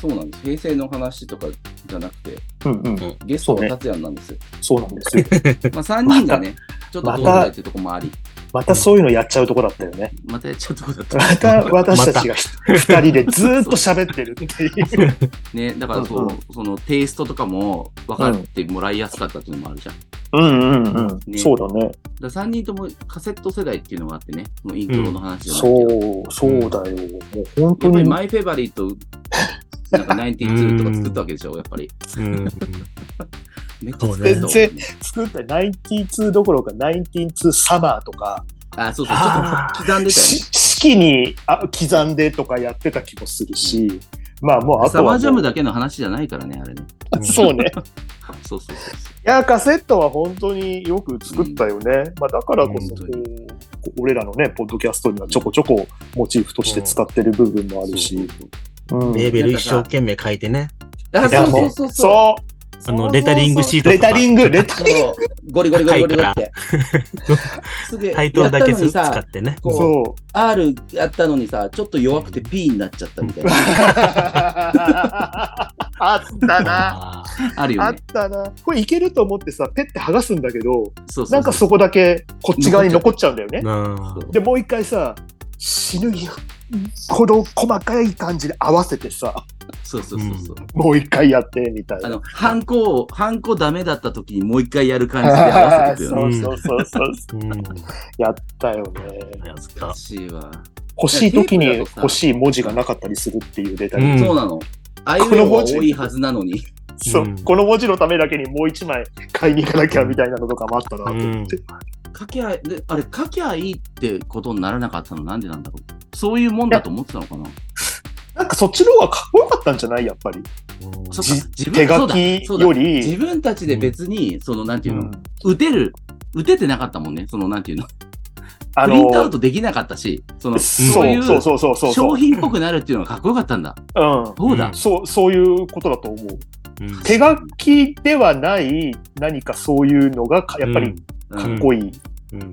Speaker 2: そうなんです。平成の話とかじゃなくて、
Speaker 1: うんうん。
Speaker 2: ゲスト
Speaker 1: そう
Speaker 2: は
Speaker 1: ね
Speaker 2: 達也なんですよ。
Speaker 1: そうなんですよ。
Speaker 2: まあ3人が
Speaker 1: [LAUGHS]
Speaker 2: ね、ちょっと同世代ってとこもあり、
Speaker 1: またそういうのやっちゃうとこだったよ
Speaker 2: [LAUGHS]
Speaker 1: ね。
Speaker 2: またやっちゃうとこだった。
Speaker 1: また私たちが2人でずーっと喋ってるっていう。
Speaker 2: ね、だからそう、
Speaker 1: うんうん
Speaker 2: そのテイストとかも分かってもらいやすかったっていうのもあるじゃん。だ
Speaker 1: うんうんうん。
Speaker 2: ね
Speaker 1: そうだね。
Speaker 2: から3人ともカセット世代っていうのがあってね、そのイントロの話じゃないけど。
Speaker 1: そう、そうだよ。もう本当
Speaker 2: やっぱり
Speaker 1: に。
Speaker 2: マイフェバリーと、なんかナインティツーとか作ったわけでしょ、やっぱり。めっちゃ作ったわ
Speaker 1: 全作った92どころか92サマーとか、
Speaker 2: あ、そうそう、ちょっと刻んでたよね。
Speaker 1: し四季にあ刻んでとかやってた気もするし、まあもうあと
Speaker 2: サ
Speaker 1: は
Speaker 2: マ
Speaker 1: も
Speaker 2: ー
Speaker 1: う
Speaker 2: ジャムだけの話じゃないからね、あれね。
Speaker 1: そうね。
Speaker 2: そうそうそ
Speaker 1: い
Speaker 2: うそう。
Speaker 1: や、カセットは本当によく作ったよね。まあだからこそこ
Speaker 2: 本当
Speaker 1: う、こう俺らのね、ポッドキャストにはちょこちょこモチーフとして使ってる部分もあるし。うん
Speaker 3: レーベル一生懸命書いてね。
Speaker 2: あ、
Speaker 1: いや
Speaker 2: そ
Speaker 1: も
Speaker 2: う
Speaker 1: う
Speaker 2: そうそう。
Speaker 1: そう
Speaker 3: あの、レタリングシート
Speaker 1: レ
Speaker 3: とか
Speaker 1: タ。リング、レタリング。
Speaker 2: そうゴリゴリゴリゴリゴリって。すげえ
Speaker 3: タイトルだけずつ
Speaker 2: やったの
Speaker 3: 使
Speaker 2: にさ
Speaker 3: ってね。
Speaker 2: こう
Speaker 1: そう。
Speaker 2: R やったのにさ、ちょっと弱くて P になっちゃったみたいな。
Speaker 1: あったな。
Speaker 3: あー
Speaker 2: ある
Speaker 1: あ
Speaker 2: よ
Speaker 1: っ
Speaker 2: ね。
Speaker 1: たな。これいけると思ってさ、ペッて剥がすんだけど、
Speaker 2: そうそ
Speaker 1: な
Speaker 2: うん
Speaker 1: か
Speaker 2: そ
Speaker 1: そ
Speaker 2: う。
Speaker 1: こだけこっち側に残っちゃうんだよね。
Speaker 3: なあ
Speaker 1: で、もう一回さ、死ぬよ。この細かい感じで合わせてさ、
Speaker 2: そうそうそうそう。
Speaker 1: もう一回やってみたい
Speaker 2: あ
Speaker 1: な。
Speaker 2: の、ハンコを、ハンコダメだった時にもう一回やる感じで合わせてくよね。
Speaker 1: そう
Speaker 3: ね
Speaker 1: そうそうそう。
Speaker 3: うん。
Speaker 1: やったよね。
Speaker 3: やった
Speaker 2: 懐か。しいわ。
Speaker 1: 欲しい時に
Speaker 2: テープだとさ
Speaker 1: 欲しい文字がなかったりするっていうデータ
Speaker 3: うん
Speaker 1: に、
Speaker 2: そうなの。ああいうのが多いはずなのに。 [LAUGHS]
Speaker 1: そう
Speaker 3: うん
Speaker 1: この文字のためだけにもう一枚買いに行かなきゃみたいなのとかもあったなと思って、
Speaker 2: 書きゃ、であれ、書きゃいいってことにならなかったのなんでなんだろう。そういうもんだと思ってたのかな。
Speaker 1: なんかそっちの方がかっこよかったんじゃないやっぱり
Speaker 3: うん
Speaker 2: そっか
Speaker 1: じ
Speaker 2: 自分
Speaker 1: 手
Speaker 2: そ
Speaker 1: 書
Speaker 2: うだ
Speaker 1: き
Speaker 2: そうだ
Speaker 1: より
Speaker 2: 自分たちで別に、その、なんていう
Speaker 1: う
Speaker 2: の
Speaker 1: ん、
Speaker 2: 打てる、打ててなかったもんね。その、なんていうの、
Speaker 1: あ
Speaker 2: プリントアウ
Speaker 1: の
Speaker 2: トできなかったし、その、そうい
Speaker 1: そううそうそうそうそうそ
Speaker 2: 商
Speaker 1: う
Speaker 2: 品っぽくなるっていうのがかっこよかったんだ。
Speaker 1: うん
Speaker 2: そうだ
Speaker 3: うん。
Speaker 1: そうそういうことだと思う
Speaker 3: うん
Speaker 1: 手書きではない何かそういうのがかやっぱり
Speaker 2: う
Speaker 1: か
Speaker 2: ん
Speaker 1: っこいいっ
Speaker 3: うん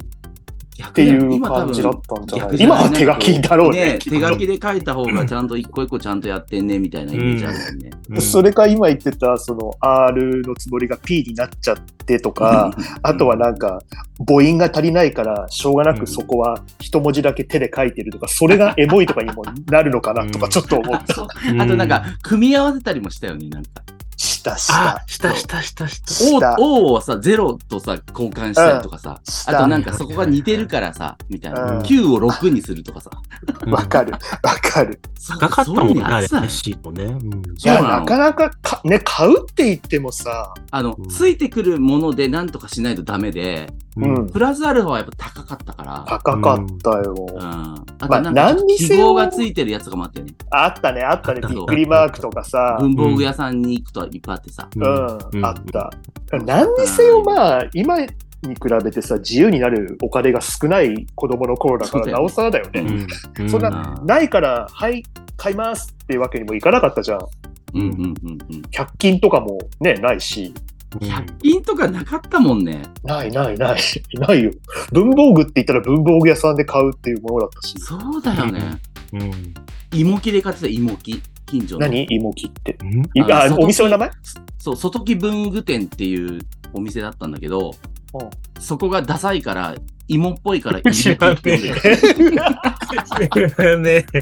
Speaker 2: 逆
Speaker 1: て
Speaker 2: だ
Speaker 1: い
Speaker 2: よ
Speaker 1: う
Speaker 2: 今多
Speaker 1: 感
Speaker 2: 分
Speaker 1: じだったんじゃない
Speaker 2: 逆
Speaker 1: 今は手書きだろうね
Speaker 2: ね手書きで書いた方がちゃんと一個一個ちゃんとやってんね、みたいなイメージあるよね。
Speaker 3: うん
Speaker 1: それか今言ってたその R のつもりが P になっちゃってとか、あとはなんか母音が足りないからしょうがなくそこは一文字だけ手で書いてるとかそれ
Speaker 2: [LAUGHS]
Speaker 1: がエモいとかにもなるのかなとかちょっと思っ
Speaker 2: あそうあとなんか、組み合わせたりもしたよね、なんか。
Speaker 1: したし
Speaker 3: あ
Speaker 1: た、
Speaker 3: したしたしたした。
Speaker 1: し
Speaker 2: O,
Speaker 1: た
Speaker 2: o をさ、ゼロとさ、交換したりとかさ、
Speaker 1: し
Speaker 2: あと
Speaker 1: た
Speaker 2: なんかそこが似てるからさ、みたいな。
Speaker 1: うん
Speaker 2: Q を6にするとかさ。
Speaker 1: わかるわかる
Speaker 2: そう
Speaker 3: 高かったも
Speaker 2: そうい
Speaker 3: ん
Speaker 2: う
Speaker 3: ね、
Speaker 2: のや
Speaker 3: あ
Speaker 2: っ
Speaker 3: れ
Speaker 2: てたね
Speaker 3: ね、シートね。うん
Speaker 1: い
Speaker 2: そう
Speaker 1: や
Speaker 2: な
Speaker 1: な
Speaker 2: の
Speaker 1: かなかかね買うって言ってもさ
Speaker 2: あの
Speaker 3: うん、
Speaker 2: ついてくるものでなんとかしないとダメで、
Speaker 1: うん
Speaker 2: プラスアルファはやっぱ高かったから。
Speaker 1: 高かったよ、
Speaker 2: うん。あと
Speaker 1: まあ
Speaker 2: なんか
Speaker 1: 何にせ
Speaker 2: 記
Speaker 1: よ
Speaker 2: 号がついてるやつとかもあったよね。
Speaker 1: あったねあったね
Speaker 2: あった
Speaker 1: びっくりマークとかさ
Speaker 2: 文房具屋さんに行くといっぱいあってさ。
Speaker 1: う、
Speaker 3: うんん
Speaker 1: あった何にせよまあ今に比べてさ自由になるお金が少ない子供の頃だか
Speaker 2: そうだ
Speaker 1: らな
Speaker 2: よね
Speaker 1: おさらだよね
Speaker 2: うん
Speaker 3: うん
Speaker 1: そんな
Speaker 2: うん
Speaker 1: ないから、はい、買いますっていうわけにもいかなかったじゃん。
Speaker 2: うんうんうんうん。
Speaker 1: 100均とかもね、ないし。
Speaker 3: うん
Speaker 2: 100均とかなかったもんね。
Speaker 1: ないないない。ないよ。文房具って言ったら文房具屋さんで買うっていうものだったし。
Speaker 2: そうだよね。
Speaker 3: うん
Speaker 2: 芋木で買ってた芋木。近所の。
Speaker 1: 何芋切って。
Speaker 3: うん
Speaker 1: い
Speaker 2: あ
Speaker 1: あ
Speaker 2: 外木
Speaker 1: お店の名前
Speaker 2: そう、外木文具店っていうお店だったんだけど、
Speaker 1: うん
Speaker 2: そこがダサいから、芋っぽい
Speaker 1: [LAUGHS]
Speaker 2: から芋木って呼んでる。 [LAUGHS]
Speaker 3: ね
Speaker 1: て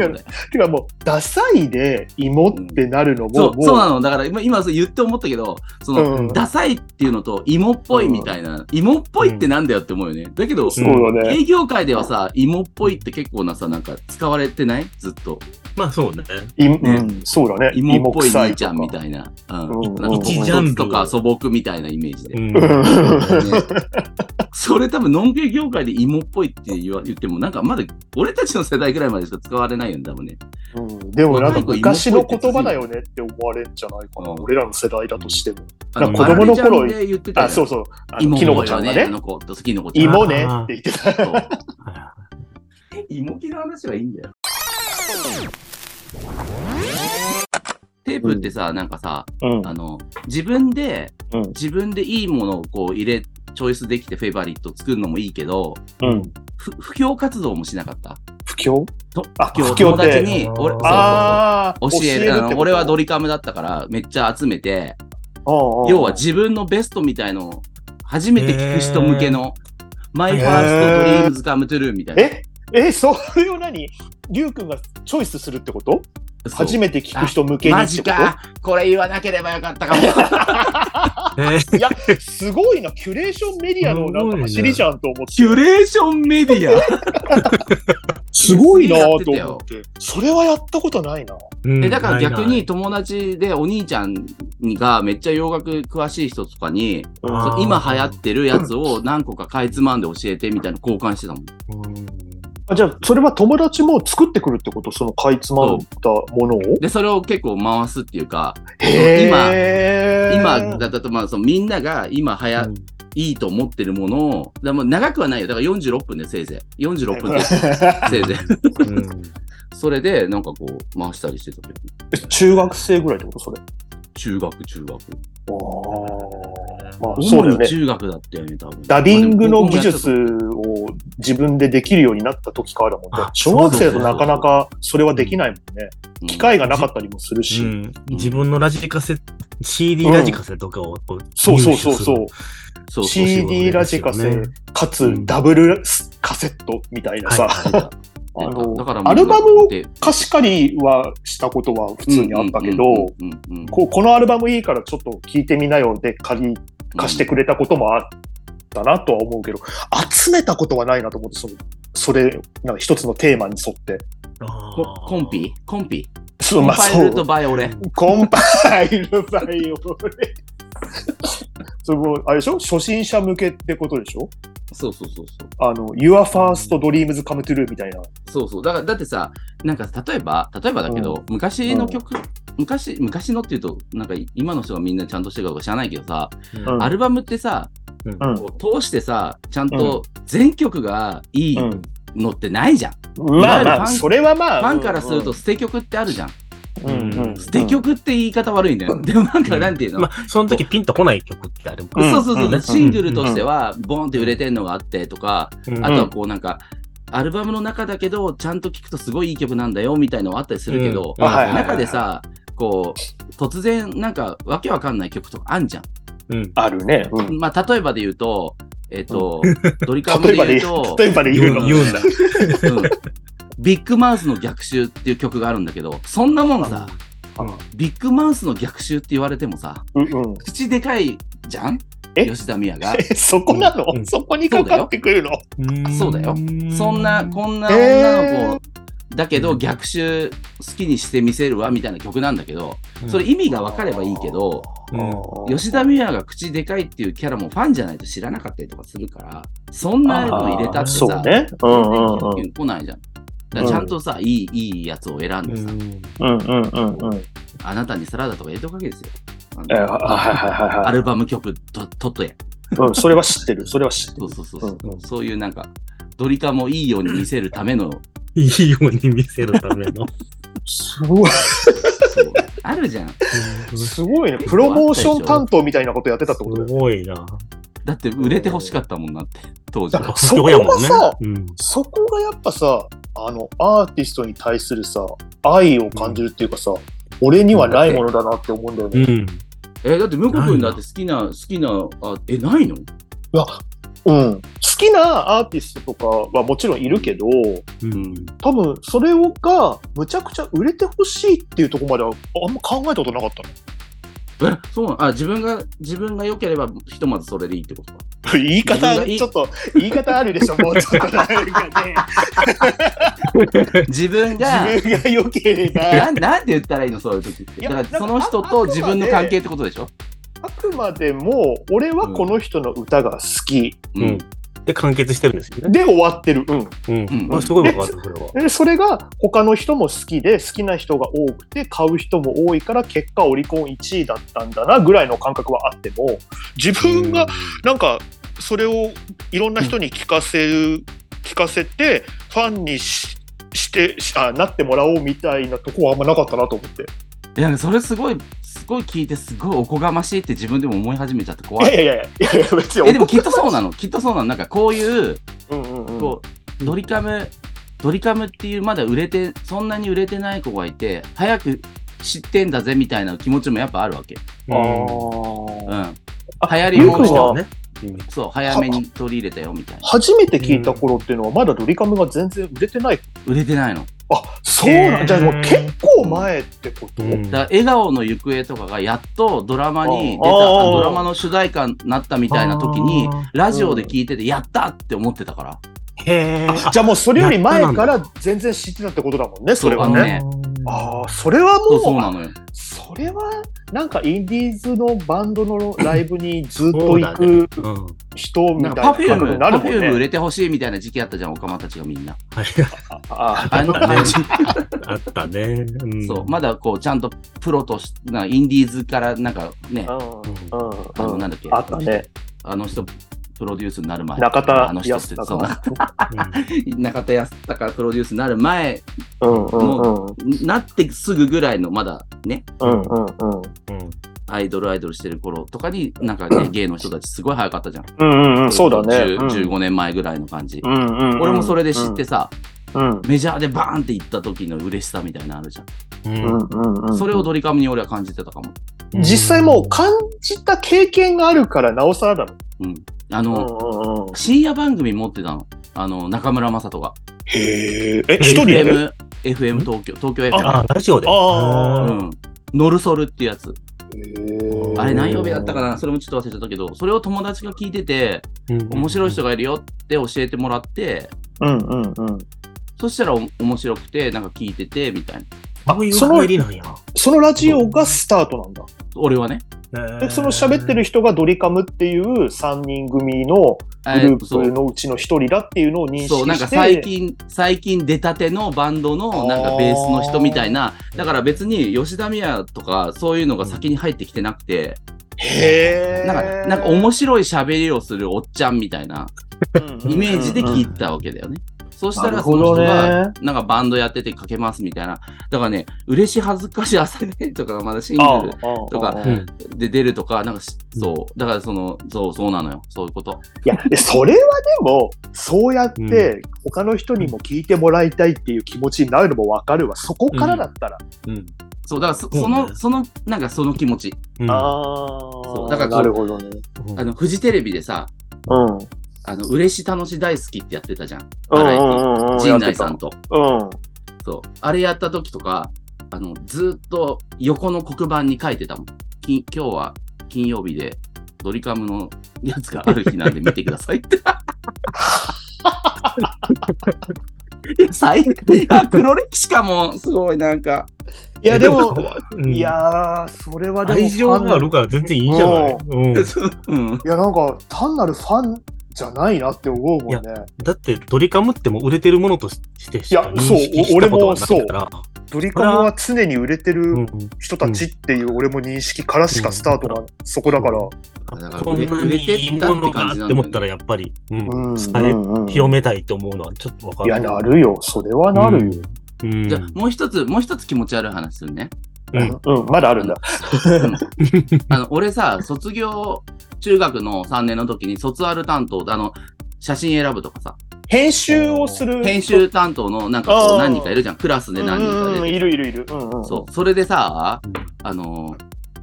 Speaker 1: か、てかもう、ダサいで芋ってなるの
Speaker 2: そ
Speaker 1: も、
Speaker 2: う、そう
Speaker 1: も
Speaker 2: なの。だから今、今そう言って思ったけど、その、
Speaker 1: うん
Speaker 2: ダサいっていうのと、芋っぽいみたいな、芋っぽいってなんだよって思うよね。だけど、
Speaker 1: そうよね。
Speaker 2: 営業界ではさ、芋っぽいって結構なさ、なんか使われてないずっと。
Speaker 3: まあそうね。
Speaker 1: いうん、そうだね。
Speaker 2: 芋っぽい
Speaker 1: 臭
Speaker 2: 兄ちゃんみ
Speaker 1: とか。
Speaker 2: たいな。
Speaker 1: う
Speaker 2: うんん。なんか、
Speaker 1: 一
Speaker 3: ジャンル
Speaker 2: とか素朴みたいなイメージで。
Speaker 3: うん
Speaker 2: ねそれ多分、のんけ業界で芋っぽいって言わ言っても、なんかまだ俺たちの世代ぐらいまでしか使われないよね、多分ね。
Speaker 1: うん、でもなんか昔の言葉だよねって思われるんじゃないかな。
Speaker 2: うん
Speaker 1: 俺らの世代だとしても。
Speaker 2: あの
Speaker 1: 子供の頃
Speaker 2: マルちゃんで言ってたよ
Speaker 1: あ、そうそう。あの
Speaker 2: 芋
Speaker 1: き
Speaker 2: っ
Speaker 1: の
Speaker 2: ぽ
Speaker 1: こ
Speaker 2: い
Speaker 1: ちゃ
Speaker 2: よ
Speaker 1: ん
Speaker 2: ね
Speaker 1: が
Speaker 2: あ
Speaker 1: ね。
Speaker 2: の子ときのこちゃん。
Speaker 1: 芋ねって言ってた。
Speaker 2: そう
Speaker 3: は
Speaker 2: 芋気の話はいいんだよ。テープってさ、なんかさ、
Speaker 1: うん
Speaker 2: あの、自分で、
Speaker 1: うん
Speaker 2: 自分でいいものをこう入れ、チョイスできてフェイバリット作るのもいいけど、
Speaker 1: うん。
Speaker 2: ふ不況活動もしなかった。
Speaker 1: 不況
Speaker 2: と
Speaker 1: あ
Speaker 2: 今
Speaker 1: 不況
Speaker 2: 日友
Speaker 1: って
Speaker 2: 達に、俺、そうそうそう
Speaker 1: ああ、
Speaker 2: 教える。あの俺はド
Speaker 1: リ、
Speaker 2: リカムだったから、めっちゃ集めて、
Speaker 1: 要
Speaker 2: 要は自分のベストみたいのを初めて聞く人向けの、マイファーストドリームズカムトゥルーみたいな。
Speaker 1: ええ、それを何りゅうくんがチョイスするってこと
Speaker 2: そう
Speaker 1: 初めて聞く人向けに
Speaker 2: マ
Speaker 1: って
Speaker 2: ジ
Speaker 1: こと
Speaker 2: かこれ言わなければよかったかも。
Speaker 3: いえー
Speaker 1: いや、すごいな。キュレーションメディアのなんか走りじゃんと思って。
Speaker 2: [LAUGHS] キュレーションメデ [LAUGHS] ィア。
Speaker 1: すごいな
Speaker 2: やっ
Speaker 1: ぁと
Speaker 2: てた
Speaker 1: 思
Speaker 2: よ
Speaker 1: って。それはやったことないな。
Speaker 3: うん
Speaker 2: えだから逆
Speaker 3: ない
Speaker 2: に友達でお兄ちゃんがめっちゃ洋楽詳しい人とかに、
Speaker 3: あー
Speaker 2: 今流行ってるやつを何個かかいつまんで教えてみたいな交換してたもん。
Speaker 3: ないうん
Speaker 1: あじゃあ、それは友達も作ってくるってことそのかいつまんだものを
Speaker 2: で、それを結構回すっていうか、
Speaker 1: へー
Speaker 2: 今だとまあそのみんなが今はや、いいと思ってるものを、だからもう長くはないよ。だから46分でせいぜい。46分
Speaker 1: [LAUGHS]
Speaker 2: でせいぜい。
Speaker 3: うん
Speaker 2: それでなんかこう回したりしてたけど。
Speaker 1: 中学生ぐらいってことそれ。
Speaker 2: 中学、中学。
Speaker 1: あーまあ、そう
Speaker 2: 主
Speaker 1: だよ
Speaker 2: に
Speaker 1: ね。
Speaker 2: 中学だったよね、多分。
Speaker 1: ダビングの技術をを自分でできるようになった時からだもんね
Speaker 3: あ。
Speaker 1: 小学生だと
Speaker 2: そうそうそう
Speaker 1: なかなかそれはできないもんね。
Speaker 2: うん
Speaker 1: 機会がなかったりもするし。
Speaker 3: うん、自分のラジカセ、CD ラジカセとかをこう、
Speaker 1: そうそうそうそう。
Speaker 2: そうそう。
Speaker 1: CD ラジカ
Speaker 3: そうです
Speaker 1: セ
Speaker 3: よね、
Speaker 1: か
Speaker 3: う
Speaker 1: つ
Speaker 3: ん
Speaker 1: ダブルカセットみたいなさ。
Speaker 3: はい
Speaker 1: あの
Speaker 2: だから
Speaker 1: アルバムを
Speaker 2: で
Speaker 1: 貸し借りはしたことは普通にあったけど、、
Speaker 2: うんうんうんうんうん
Speaker 1: こうこのアルバムいいからちょっと聴いてみなよで借り、貸してくれたこともあったなとは思うけど、集めたことはないなと思って、その、それ、なんか一つのテーマに沿って。
Speaker 3: あ
Speaker 2: こ
Speaker 3: ー
Speaker 2: コンピコンピ
Speaker 1: そ
Speaker 2: コ
Speaker 1: う、
Speaker 2: ン
Speaker 1: まあ
Speaker 2: パイ
Speaker 1: そ
Speaker 2: ルと
Speaker 1: う。
Speaker 2: バイオレ。
Speaker 1: コンパイルバイオレ。 [LAUGHS] それもう、あれでしょ初心者向けってことでしょ
Speaker 2: そうそうそうそう。
Speaker 1: あの、Your First Dreams Come True みたいな。
Speaker 2: そうそう。だから、だってさ、なんか例えば、例えばだけど、昔の曲、昔、昔のっていうと、なんか今の人がみんなちゃんとしてるかどうか知らないけどさ、
Speaker 1: うん
Speaker 2: アルバムってさ、
Speaker 3: うん
Speaker 1: うん
Speaker 2: こう通してさ、ちゃんと全曲がいいのってないじゃん。
Speaker 1: まあまあ、
Speaker 2: ファン
Speaker 1: それはまあ。
Speaker 2: ファンからすると
Speaker 1: うん
Speaker 2: 捨て曲ってあるじゃん。
Speaker 1: うんうん
Speaker 3: うん
Speaker 2: 捨て曲って言い方悪いんだよ。でもなんか、なんていうの、
Speaker 3: まあ、その時ピンとこない曲ってあるもん
Speaker 1: うん
Speaker 2: そうそうそう、
Speaker 1: うん
Speaker 2: シングルとしては、ボンって売れてんのがあってとか、
Speaker 3: うん
Speaker 2: あとはこうなんか、アルバムの中だけど、ちゃんと聴くとすごいいい曲なんだよみたいのはあったりするけど、
Speaker 3: うんあはい
Speaker 1: はいはい
Speaker 2: 中でさ、こう、突然なんかわけわかんない曲とかあんじゃん。
Speaker 3: うん
Speaker 1: あるね。うん
Speaker 2: まあ、例えばで言うと、えっ、と、ドリカム
Speaker 1: 例え
Speaker 2: で
Speaker 1: ば
Speaker 2: 言
Speaker 1: で
Speaker 2: うと、
Speaker 1: 例えばで言うの。
Speaker 3: 言うんだ。
Speaker 2: うんビッグマウスの逆襲っていう曲があるんだけど、そんなもんさ、ビッグマウスの逆襲って言われてもさ、
Speaker 1: うんうん
Speaker 2: 口でかいじゃん
Speaker 1: え
Speaker 2: 吉田美也が。
Speaker 1: えそこなの、
Speaker 3: うん
Speaker 1: そこにかかってくるの
Speaker 2: そうだよ。そんな、こんな女の
Speaker 1: え
Speaker 2: 子だけど逆襲好きにしてみせるわみたいな曲なんだけど、
Speaker 3: うん
Speaker 2: それ意味が分かればいいけど、
Speaker 3: う
Speaker 2: 吉田美和が口でかいっていうキャラもファンじゃないと知らなかったりとかするから、そんなの入れたって
Speaker 1: そ
Speaker 2: さ、
Speaker 1: うね。うん
Speaker 2: 全
Speaker 1: うん
Speaker 2: 然キュンキュン来ないじゃん。だからちゃんとさ、いい、いいやつを選ん
Speaker 3: う
Speaker 2: でさ、
Speaker 3: ん
Speaker 1: うん。うんうんうんうん。
Speaker 2: あなたにサラダとか入れておかげですよ。あの
Speaker 1: えーははいはいはい
Speaker 2: ア
Speaker 1: はい。
Speaker 2: ルバム曲と、とっとや。
Speaker 1: うん、それは知ってる。それは知って
Speaker 2: そ
Speaker 1: る
Speaker 2: う。そうそうそう。
Speaker 3: うん
Speaker 2: そういうなんか、ドリカムをいいように見せるための、
Speaker 3: いいように見せるため
Speaker 1: [LAUGHS]
Speaker 3: の。
Speaker 1: すごい、
Speaker 2: そうあるじゃん。
Speaker 1: すごい [LAUGHS] ね。プロモーション担当みたいなことやってたってことだ
Speaker 3: す
Speaker 1: よ。
Speaker 3: ごいな。
Speaker 2: だって売れて欲しかったもんなって、当時
Speaker 1: だか
Speaker 2: は
Speaker 1: ら。そこがさ、
Speaker 3: うん
Speaker 1: そこがやっぱさ、あの、アーティストに対するさ、愛を感じるっていうかさ、俺にはないものだなって思うんだよ
Speaker 3: う
Speaker 1: ね。
Speaker 3: ん。
Speaker 2: え、だって向こう君だって好きな、好きな、あ、え、ないの
Speaker 1: いやうん、好きなアーティストとかはもちろんいるけど、
Speaker 3: うん。
Speaker 1: 多分それをがむちゃくちゃ売れてほしいっていうところまではあんま考えたことなかった
Speaker 2: え、そうなのあ、自分が、自分が良ければ、ひとまずそれでいいってことか。
Speaker 1: の言い
Speaker 2: 自分
Speaker 1: 方
Speaker 2: がいい
Speaker 1: ちょっと言い方あるで
Speaker 2: [LAUGHS]
Speaker 1: しょもうちょっとなんかね
Speaker 2: 自分が、
Speaker 1: 自分が良ければ
Speaker 2: ななんて言ったらいいのそういう時って。
Speaker 1: い
Speaker 2: だ
Speaker 1: や
Speaker 2: から、
Speaker 1: なんか
Speaker 2: その人
Speaker 1: ああく
Speaker 2: と
Speaker 1: まで
Speaker 2: 自分の関係ってことでしょ
Speaker 1: あくまでも俺はこの人の歌が好き
Speaker 2: うん
Speaker 3: うん。で、完結してるんですよね。
Speaker 1: で終わってる、うん
Speaker 3: うん。
Speaker 2: うん
Speaker 3: あすごい分かった、これは。
Speaker 1: でそれが他の人も好きで好きな人が多くて買う人も多いから結果オリコン1位だったんだなぐらいの感覚はあっても自分がなんかそれをいろんな人に聞かせる、聞かせてファンにししてしあなってもらおうみたいなとこはあんまなかったなと思って
Speaker 2: いや、それすごい、すごい聞いて、すごいおこがましいって自分でも思い始めちゃっ
Speaker 1: [LAUGHS]
Speaker 2: て
Speaker 1: い
Speaker 2: 怖
Speaker 1: やいや
Speaker 2: い。
Speaker 1: いやいやいや別に
Speaker 2: え、でもきっとそうなの。きっとそうなの。なんかこういう、
Speaker 1: うんうんうん
Speaker 2: こう、ドリカム、ドリカムっていうまだ売れて、そんなに売れてない子がいて、早く知ってんだぜみたいな気持ちもやっぱあるわけ。
Speaker 1: あ
Speaker 2: うん。
Speaker 1: ー
Speaker 2: 流
Speaker 1: あ
Speaker 2: 行り
Speaker 1: ゆう
Speaker 2: も
Speaker 1: く
Speaker 2: の
Speaker 1: ん
Speaker 2: 人
Speaker 1: は
Speaker 2: をね、そう、早めに取り入れたよみたいな。
Speaker 1: 初めて聞いた頃っていうのはまだドリカムが全然売れてない
Speaker 2: 売れてないの。
Speaker 1: あそうなん、
Speaker 3: へー
Speaker 1: じゃあもう結構前ってこと、
Speaker 3: うん
Speaker 2: だから笑顔の行方とかがやっとドラマに出た、
Speaker 1: あー
Speaker 2: ドラマの主題歌になったみたいな時に
Speaker 3: あ、
Speaker 2: ラジオで聞いてて、やったって思ってたから。
Speaker 3: へ
Speaker 1: あ
Speaker 3: ー
Speaker 1: じゃあもうそれより前か
Speaker 3: や
Speaker 1: ら全然知ってたってことだもんねそれは
Speaker 2: あの
Speaker 1: ね
Speaker 2: ね
Speaker 1: ああーそれはも
Speaker 2: そう
Speaker 1: う
Speaker 2: そうなのよ。
Speaker 1: それはなんかインディーズのバンドのライブにずっ
Speaker 3: そ
Speaker 1: と
Speaker 3: うだ
Speaker 1: 行
Speaker 3: ね
Speaker 1: く
Speaker 3: うん。
Speaker 1: 人みた
Speaker 2: ないん
Speaker 1: な
Speaker 2: かパフュー
Speaker 1: 感覚
Speaker 2: ム、
Speaker 1: にな
Speaker 2: パ
Speaker 1: る
Speaker 2: フ
Speaker 1: もん
Speaker 2: ューム売
Speaker 1: ね。
Speaker 2: れてほしいみたいな時期あったじゃん、オカマたちが
Speaker 1: [LAUGHS]
Speaker 2: みんな。
Speaker 3: はい
Speaker 1: あ
Speaker 2: あの感じ。
Speaker 3: あったね。ん
Speaker 2: そう、まだこう、ちゃんとプロとして、なんかインディーズからなんかね、
Speaker 1: あうん
Speaker 2: あの、
Speaker 1: うん
Speaker 2: なんだっけ、
Speaker 1: あったね。
Speaker 2: あの人、プロデュースになる前。
Speaker 1: 中
Speaker 2: あ
Speaker 1: 田
Speaker 2: の人っ
Speaker 1: 康
Speaker 2: て、
Speaker 1: 隆
Speaker 2: そう、[LAUGHS]
Speaker 3: うん
Speaker 2: 中田康隆プロデュースになる前、
Speaker 1: うんうんうん
Speaker 2: なってすぐぐらいの、まだね、
Speaker 1: うんうんうん。
Speaker 3: うん。
Speaker 2: あアイドルアイドルしてる頃とかに、なんか
Speaker 1: [LAUGHS]
Speaker 2: ね、芸の人たちすごい早かったじゃん。
Speaker 1: うんうんうん、そうだね。
Speaker 2: 10 15年前ぐらいの感じ。
Speaker 1: うんうんうんうん、
Speaker 2: 俺もそれで知ってさ、
Speaker 1: うん、うん
Speaker 2: メジャーでバーンって行った時の嬉しさみたいなのあるじゃん。
Speaker 1: うんうんうん、
Speaker 2: それをドリカムに俺は感じてたかも。
Speaker 1: 実際もう感じた経験があるからなおさらだ
Speaker 2: うん。あ
Speaker 1: もん。う
Speaker 2: の、
Speaker 1: んうんうん、
Speaker 2: 深夜番組持ってたの。あの、中村雅人が。
Speaker 1: へえ、え、一人で
Speaker 2: FM、FM 東京、東京 FM。
Speaker 3: あ、ラジオで。
Speaker 1: あー
Speaker 2: うん。ノルソルってやつ。
Speaker 1: へえ
Speaker 2: あれ何曜日だったかなそれもちょっと忘れちゃったけど、それを友達が聞いてて、面白い人
Speaker 3: が。
Speaker 2: がいるよって教えてもらって、
Speaker 1: うんうんうん。
Speaker 2: そしたらお面白くて、なんか聞いてて、みたいな。
Speaker 3: あ、そういう入りなんや。
Speaker 1: そのラジオがスタートなんだ。
Speaker 2: 俺はね。
Speaker 1: で、その喋ってる人がドリカムっていう3人組のグ
Speaker 2: え
Speaker 1: ル
Speaker 2: ーそ
Speaker 1: ープ
Speaker 2: う
Speaker 1: のうちの一人だっていうのを認識して。
Speaker 2: そう、なんか最近、最近出たてのバンドのなんかベースの人みたいな、だから別に吉田美也とかそういうのが先に入ってきてなくて、
Speaker 1: へえ。
Speaker 2: なんか、なんか面白い喋りをするおっちゃんみたいなイメージで聞いたわけだよね。そしたらその人
Speaker 1: なるほ
Speaker 2: が
Speaker 1: どね、
Speaker 2: なんかバンドやっててかけますみたいな。だからね、嬉し恥ずかしい朝ねとかがまだシン
Speaker 1: あ
Speaker 2: グル
Speaker 1: あ
Speaker 2: とか
Speaker 1: ああああ
Speaker 3: うん。
Speaker 2: で出るとか、なんかしそう。だからその、そう、そうなのよ。そういうこと。
Speaker 1: いや、でそれはでも、そうやって他の人にも聞いてもらいたいっていう気持ちになるのもわかるわ。そこからだったら。
Speaker 3: うん。
Speaker 2: そう、だからそ
Speaker 3: そうね
Speaker 2: その、その、なんかその気持ち。
Speaker 3: あ。
Speaker 1: あ
Speaker 2: う
Speaker 1: あ、
Speaker 2: だからこう
Speaker 1: なるほどね。
Speaker 2: あの、フジテレビでさ、
Speaker 1: うん。
Speaker 2: あの、嬉し楽し大好きってやってたじゃん。
Speaker 1: う
Speaker 2: バラエ
Speaker 1: ん
Speaker 2: テ
Speaker 1: う
Speaker 2: ィ
Speaker 1: んうんうん。
Speaker 2: 陣内さん
Speaker 1: やって
Speaker 2: と。
Speaker 1: た。うん。
Speaker 2: そう。あれやった時とか、あの、ずっと横の黒板に書いてたもん。き今日は金曜日で、ドリカムのやつがある日なんで見てくださいって。いや、最悪。いや、黒歴史かも。すごい、なんか。
Speaker 1: いや、でも、、い
Speaker 3: いや、
Speaker 1: やー、それはでも。
Speaker 3: 愛情があるから全然いいじゃない。う
Speaker 2: [LAUGHS]
Speaker 3: ん。
Speaker 2: うん。
Speaker 1: いや、なんか、単なるファンじゃないなって思うもんね。
Speaker 3: だって、ドリカムってもう売れてるものとしてしか認識したことがないから。
Speaker 1: ドリカムは常に売れてる
Speaker 3: うん
Speaker 1: 人たちっていう俺も認識からしかスタートがそこだから。
Speaker 2: だから
Speaker 3: こんなにいいものがって思ったら、やっぱり、うん
Speaker 1: うん。
Speaker 3: 伝え
Speaker 1: うんうん
Speaker 3: 広めたいと思うのはちょっとわか
Speaker 1: い
Speaker 3: る。
Speaker 1: や、なるよ。それはなるよ。
Speaker 3: うん。
Speaker 2: じゃあもう一つ、もう一つ気持ち悪い話するね。
Speaker 3: う
Speaker 1: う
Speaker 3: ん
Speaker 1: ん、まだあるんだ。
Speaker 2: うんあの、俺さ、卒業、中学の3年の時に卒アル担当、あの、写真選ぶとかさ、
Speaker 1: 編集をする。
Speaker 2: 編集担当のなんかこ
Speaker 1: あ
Speaker 2: う
Speaker 1: ー
Speaker 2: 何人かいるじゃん。クラス
Speaker 1: う
Speaker 2: で
Speaker 1: ん
Speaker 2: 何人
Speaker 1: うん
Speaker 2: か
Speaker 1: うん
Speaker 2: で。
Speaker 1: いるいるいる。うんうん、
Speaker 2: そう。それでさ、あの、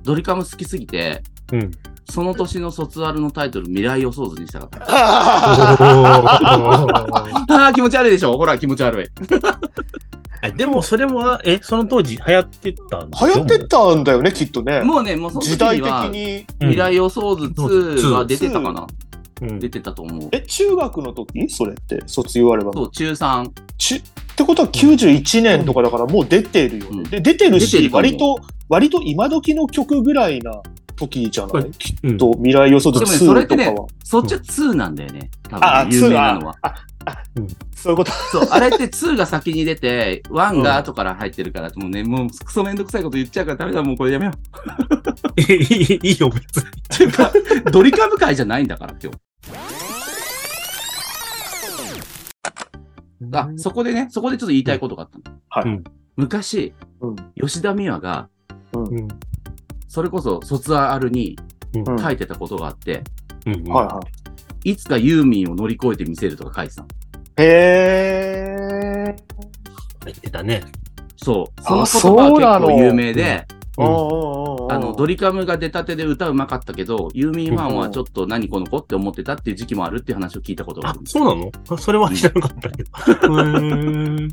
Speaker 2: ドリカム好きすぎて、
Speaker 3: うん。
Speaker 2: その年の卒アルのタイトル未来予想図にしたか
Speaker 1: [LAUGHS]
Speaker 2: った。ああ、気持ち悪いでしょほら、気持ち悪い。
Speaker 3: でもそれは、え、その当時流行ってたんで
Speaker 1: [LAUGHS]
Speaker 3: す
Speaker 1: 流行ってたんだよね、きっとね。
Speaker 2: もうね、もうその
Speaker 1: 時
Speaker 2: 時
Speaker 1: 代
Speaker 2: に
Speaker 1: 的
Speaker 2: は、
Speaker 1: に。
Speaker 2: 未来予想図2は出てたかな
Speaker 3: うん
Speaker 2: 出てたと思う。
Speaker 1: え、中学の時それって、卒業アルバ
Speaker 2: そ
Speaker 1: ム。
Speaker 2: う、中3。
Speaker 1: ちってことは91年とかだからもう出てるよね。
Speaker 2: うん
Speaker 1: で、出てるし、
Speaker 2: 出てると思う
Speaker 1: 割と、割と今時の曲ぐらいな時じゃな、
Speaker 3: はいい
Speaker 1: きっと、未来予想図
Speaker 2: でもねそれっ
Speaker 1: 2
Speaker 2: て
Speaker 1: と
Speaker 2: ね
Speaker 1: かは。
Speaker 2: そっちは2なんだよね。多
Speaker 1: あ
Speaker 2: 分、
Speaker 1: あ、
Speaker 2: 有名
Speaker 1: 2
Speaker 2: な
Speaker 1: は
Speaker 2: のは。。
Speaker 1: あ、あ
Speaker 3: うん、
Speaker 1: そういうこと。
Speaker 2: そう、あれって2が先に出て、1が後から入ってるから、もうね、もうクソめんどくさいこと言っちゃうからダメだ、もうこれやめよ
Speaker 1: [LAUGHS]
Speaker 2: う。
Speaker 3: いいいいよ、別に。
Speaker 2: っていうか、ドリカム会じゃないんだから、今日。あ、そこでね、そこでちょっと言いたいことがあったの。
Speaker 1: はい
Speaker 3: うん
Speaker 2: 昔、
Speaker 1: うん
Speaker 2: 吉田美和が、
Speaker 3: うん。うん。
Speaker 2: それこそ卒アルに
Speaker 1: うん
Speaker 2: 書いてたことがあって、
Speaker 3: うん。
Speaker 1: はいはい
Speaker 2: つかユーミンを乗り越えてみせるとか書いてたの。
Speaker 1: い。へー。
Speaker 3: 言ってたね。
Speaker 2: そう。
Speaker 1: あ
Speaker 2: その言葉は結
Speaker 1: そうな
Speaker 2: 構
Speaker 1: の
Speaker 2: 有名で、
Speaker 1: う
Speaker 3: うんん
Speaker 1: うんうん
Speaker 2: あの、ド
Speaker 1: リ
Speaker 2: リカムが出たてで歌うまかったけど、ユーミンファンはちょっと何この子って思ってたっていう時期もあるっていう話を聞いたことがあ
Speaker 3: あ
Speaker 2: る、。
Speaker 3: そうなのあそれは知らなかったけど。うん。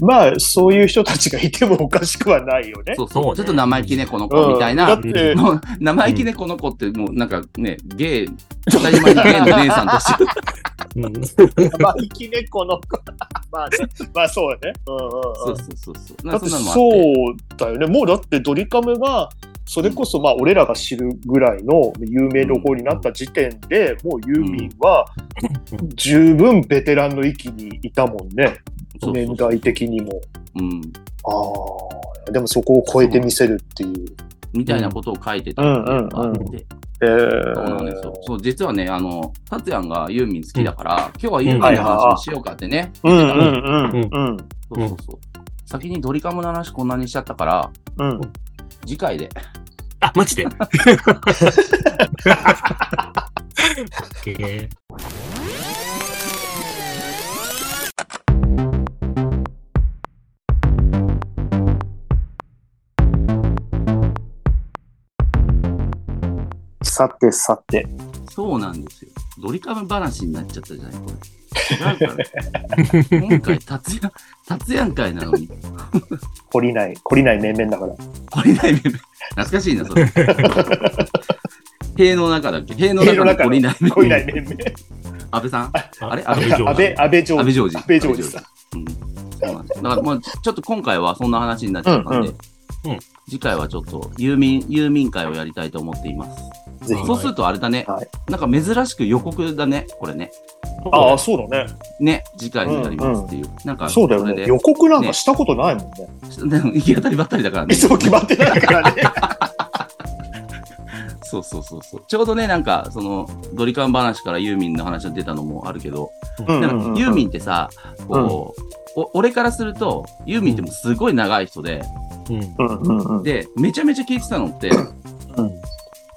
Speaker 1: まあ、そういう人たちがいてもおかしくはないよね。
Speaker 2: そうそう。
Speaker 3: そうね
Speaker 2: ちょっと生意気ね、この
Speaker 1: う
Speaker 2: 子
Speaker 1: ん
Speaker 2: みたい
Speaker 1: だ
Speaker 2: な
Speaker 1: っ。て、
Speaker 2: もう生意気ね、この子って、もうなんかね、ゲイ、
Speaker 1: [LAUGHS]
Speaker 2: 当たり前にゲイの姉さんとして。
Speaker 3: うん。
Speaker 1: 生意気猫の子。まあね、まあそうだね。うんうん。
Speaker 2: そううんそうそうそう。
Speaker 1: だ
Speaker 2: な
Speaker 1: っ
Speaker 2: そ
Speaker 1: て
Speaker 2: んなのもあって。
Speaker 1: そうだよね。もうだってドリカムが、それこそまあ俺らが知るぐらいの有名どころになった時点で、もうユーミンは十分ベテランの域にいたもんね。
Speaker 2: そうそう
Speaker 1: 年代的にも。
Speaker 2: うん。
Speaker 1: ああ。でもそこを超えてみせるっていう。
Speaker 2: みたいなことを書いてたっていうのがあって。
Speaker 1: ええ
Speaker 2: そうなんですよ。そう、実はね、あの、達也がユーミン好きだから、今日はユーミン
Speaker 1: はい
Speaker 2: の
Speaker 1: はい
Speaker 2: 話をしようかってね。
Speaker 1: うんうんうんうん
Speaker 2: そうそうそう。先にドリカムの話こんなにしちゃったから、
Speaker 1: うん。
Speaker 2: 次回で。
Speaker 3: あ、あ、マジでオッケー
Speaker 1: さてさて、
Speaker 2: そうなんですよ。ドリカム話になっちゃったじゃない、これ。違う [LAUGHS] から。今回、達也、達也会なのに、
Speaker 1: 懲りない、懲りない面々だから。 [LAUGHS]
Speaker 2: 懲りない面々。懐かしいな、それ。塀の中だっけ塀の中の懲りない面々
Speaker 1: 懲りない面々。
Speaker 2: 安倍さんあれ
Speaker 3: 安倍
Speaker 1: 安倍、安倍上
Speaker 2: 安倍ジョージ。
Speaker 1: 安倍ジョージさん。
Speaker 2: うんそうなんですだから、まあ、ちょっと今回はそんな話になっちゃったんで、
Speaker 3: うんうんうん
Speaker 2: 次回はちょっと、郵便、郵便会をやりたいと思っています。
Speaker 1: ぜ
Speaker 3: はい
Speaker 1: ひ。
Speaker 2: そうするとあれだね、
Speaker 1: はい
Speaker 2: なんか珍しく予告だね、これね。
Speaker 1: ああ、そうだね。
Speaker 2: ね、次回になりますっていう。なんか、
Speaker 1: そうだよ
Speaker 2: これ
Speaker 1: ね。
Speaker 2: で
Speaker 1: 予告なんかしたことないもんね。
Speaker 2: でも行き当たりばったりだからね
Speaker 1: い。つも決まってないから
Speaker 2: [LAUGHS]
Speaker 1: ね。
Speaker 2: そうそうそうそう。ちょうどね、なんか、その、ドリカン話からユーミンの話が出たのもあるけど、
Speaker 1: うん
Speaker 2: なんかユーミンってさ、こう、お俺からすると、ユーミンってもうすごい長い人で、
Speaker 3: うん。
Speaker 1: うんうんうん。
Speaker 2: で、めちゃめちゃ聞いてた
Speaker 1: [COUGHS]
Speaker 2: のって、
Speaker 3: うん。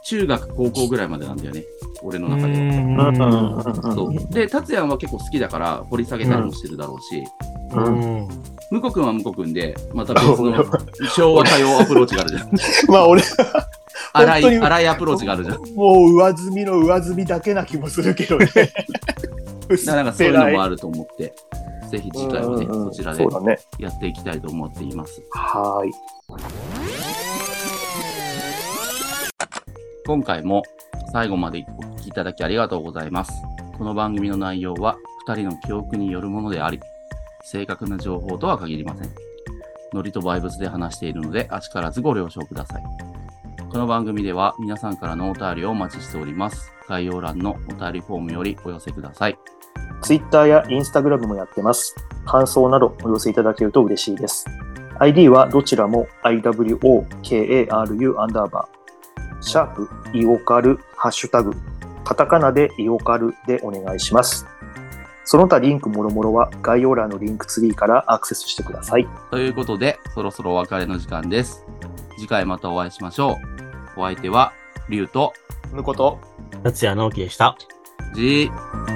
Speaker 2: 中学、高校ぐらいまでなんだよね、俺の
Speaker 3: う。
Speaker 2: 中で。
Speaker 1: うんうんうんんうん
Speaker 2: そ。う。で、達也は結構好きだから、掘り下げたりもしてるだろうし、
Speaker 3: うん。
Speaker 2: 向こう君は向こう君で、また別の昭和歌謡アプローチがある
Speaker 1: [LAUGHS]
Speaker 2: じゃん。
Speaker 1: [LAUGHS] まあ俺、
Speaker 2: 荒
Speaker 1: 本当
Speaker 2: い、
Speaker 1: に
Speaker 2: 荒いアプローチがあるじゃん。
Speaker 1: もう上積みの上積みだけな気もするけどね。
Speaker 2: だ [LAUGHS] からなんかそういうの
Speaker 1: [LAUGHS]
Speaker 2: もあると思って、ぜひ次回はね、
Speaker 1: うんうん
Speaker 2: そちらで
Speaker 1: そうだね。
Speaker 2: やっていきたいと思っています。
Speaker 1: はーい。
Speaker 2: 今回も最後までお聞きいただきありがとうございます。この番組の内容は2人の記憶によるものであり、正確な情報とは限りません。ノリとバイブスで話しているので、あしからずご了承ください。この番組では皆さんからのお便りをお待ちしております。概要欄のお便りフォームよりお寄せください。
Speaker 1: Twitter や Instagram もやってます。感想などお寄せいただけると嬉しいです。ID はどちらも IWOKARU アンダーバー、シャープ、イオカル、ハッシュタグ、カタカナでイオカルでお願いします。その他リンクもろもろは概要欄のリンクツリーからアクセスしてください。
Speaker 2: ということで、そろそろお別れの時間です。次回またお会いしましょう。お相手は、リュウと、
Speaker 1: むこと、
Speaker 3: 達也直樹でした。
Speaker 2: ジー。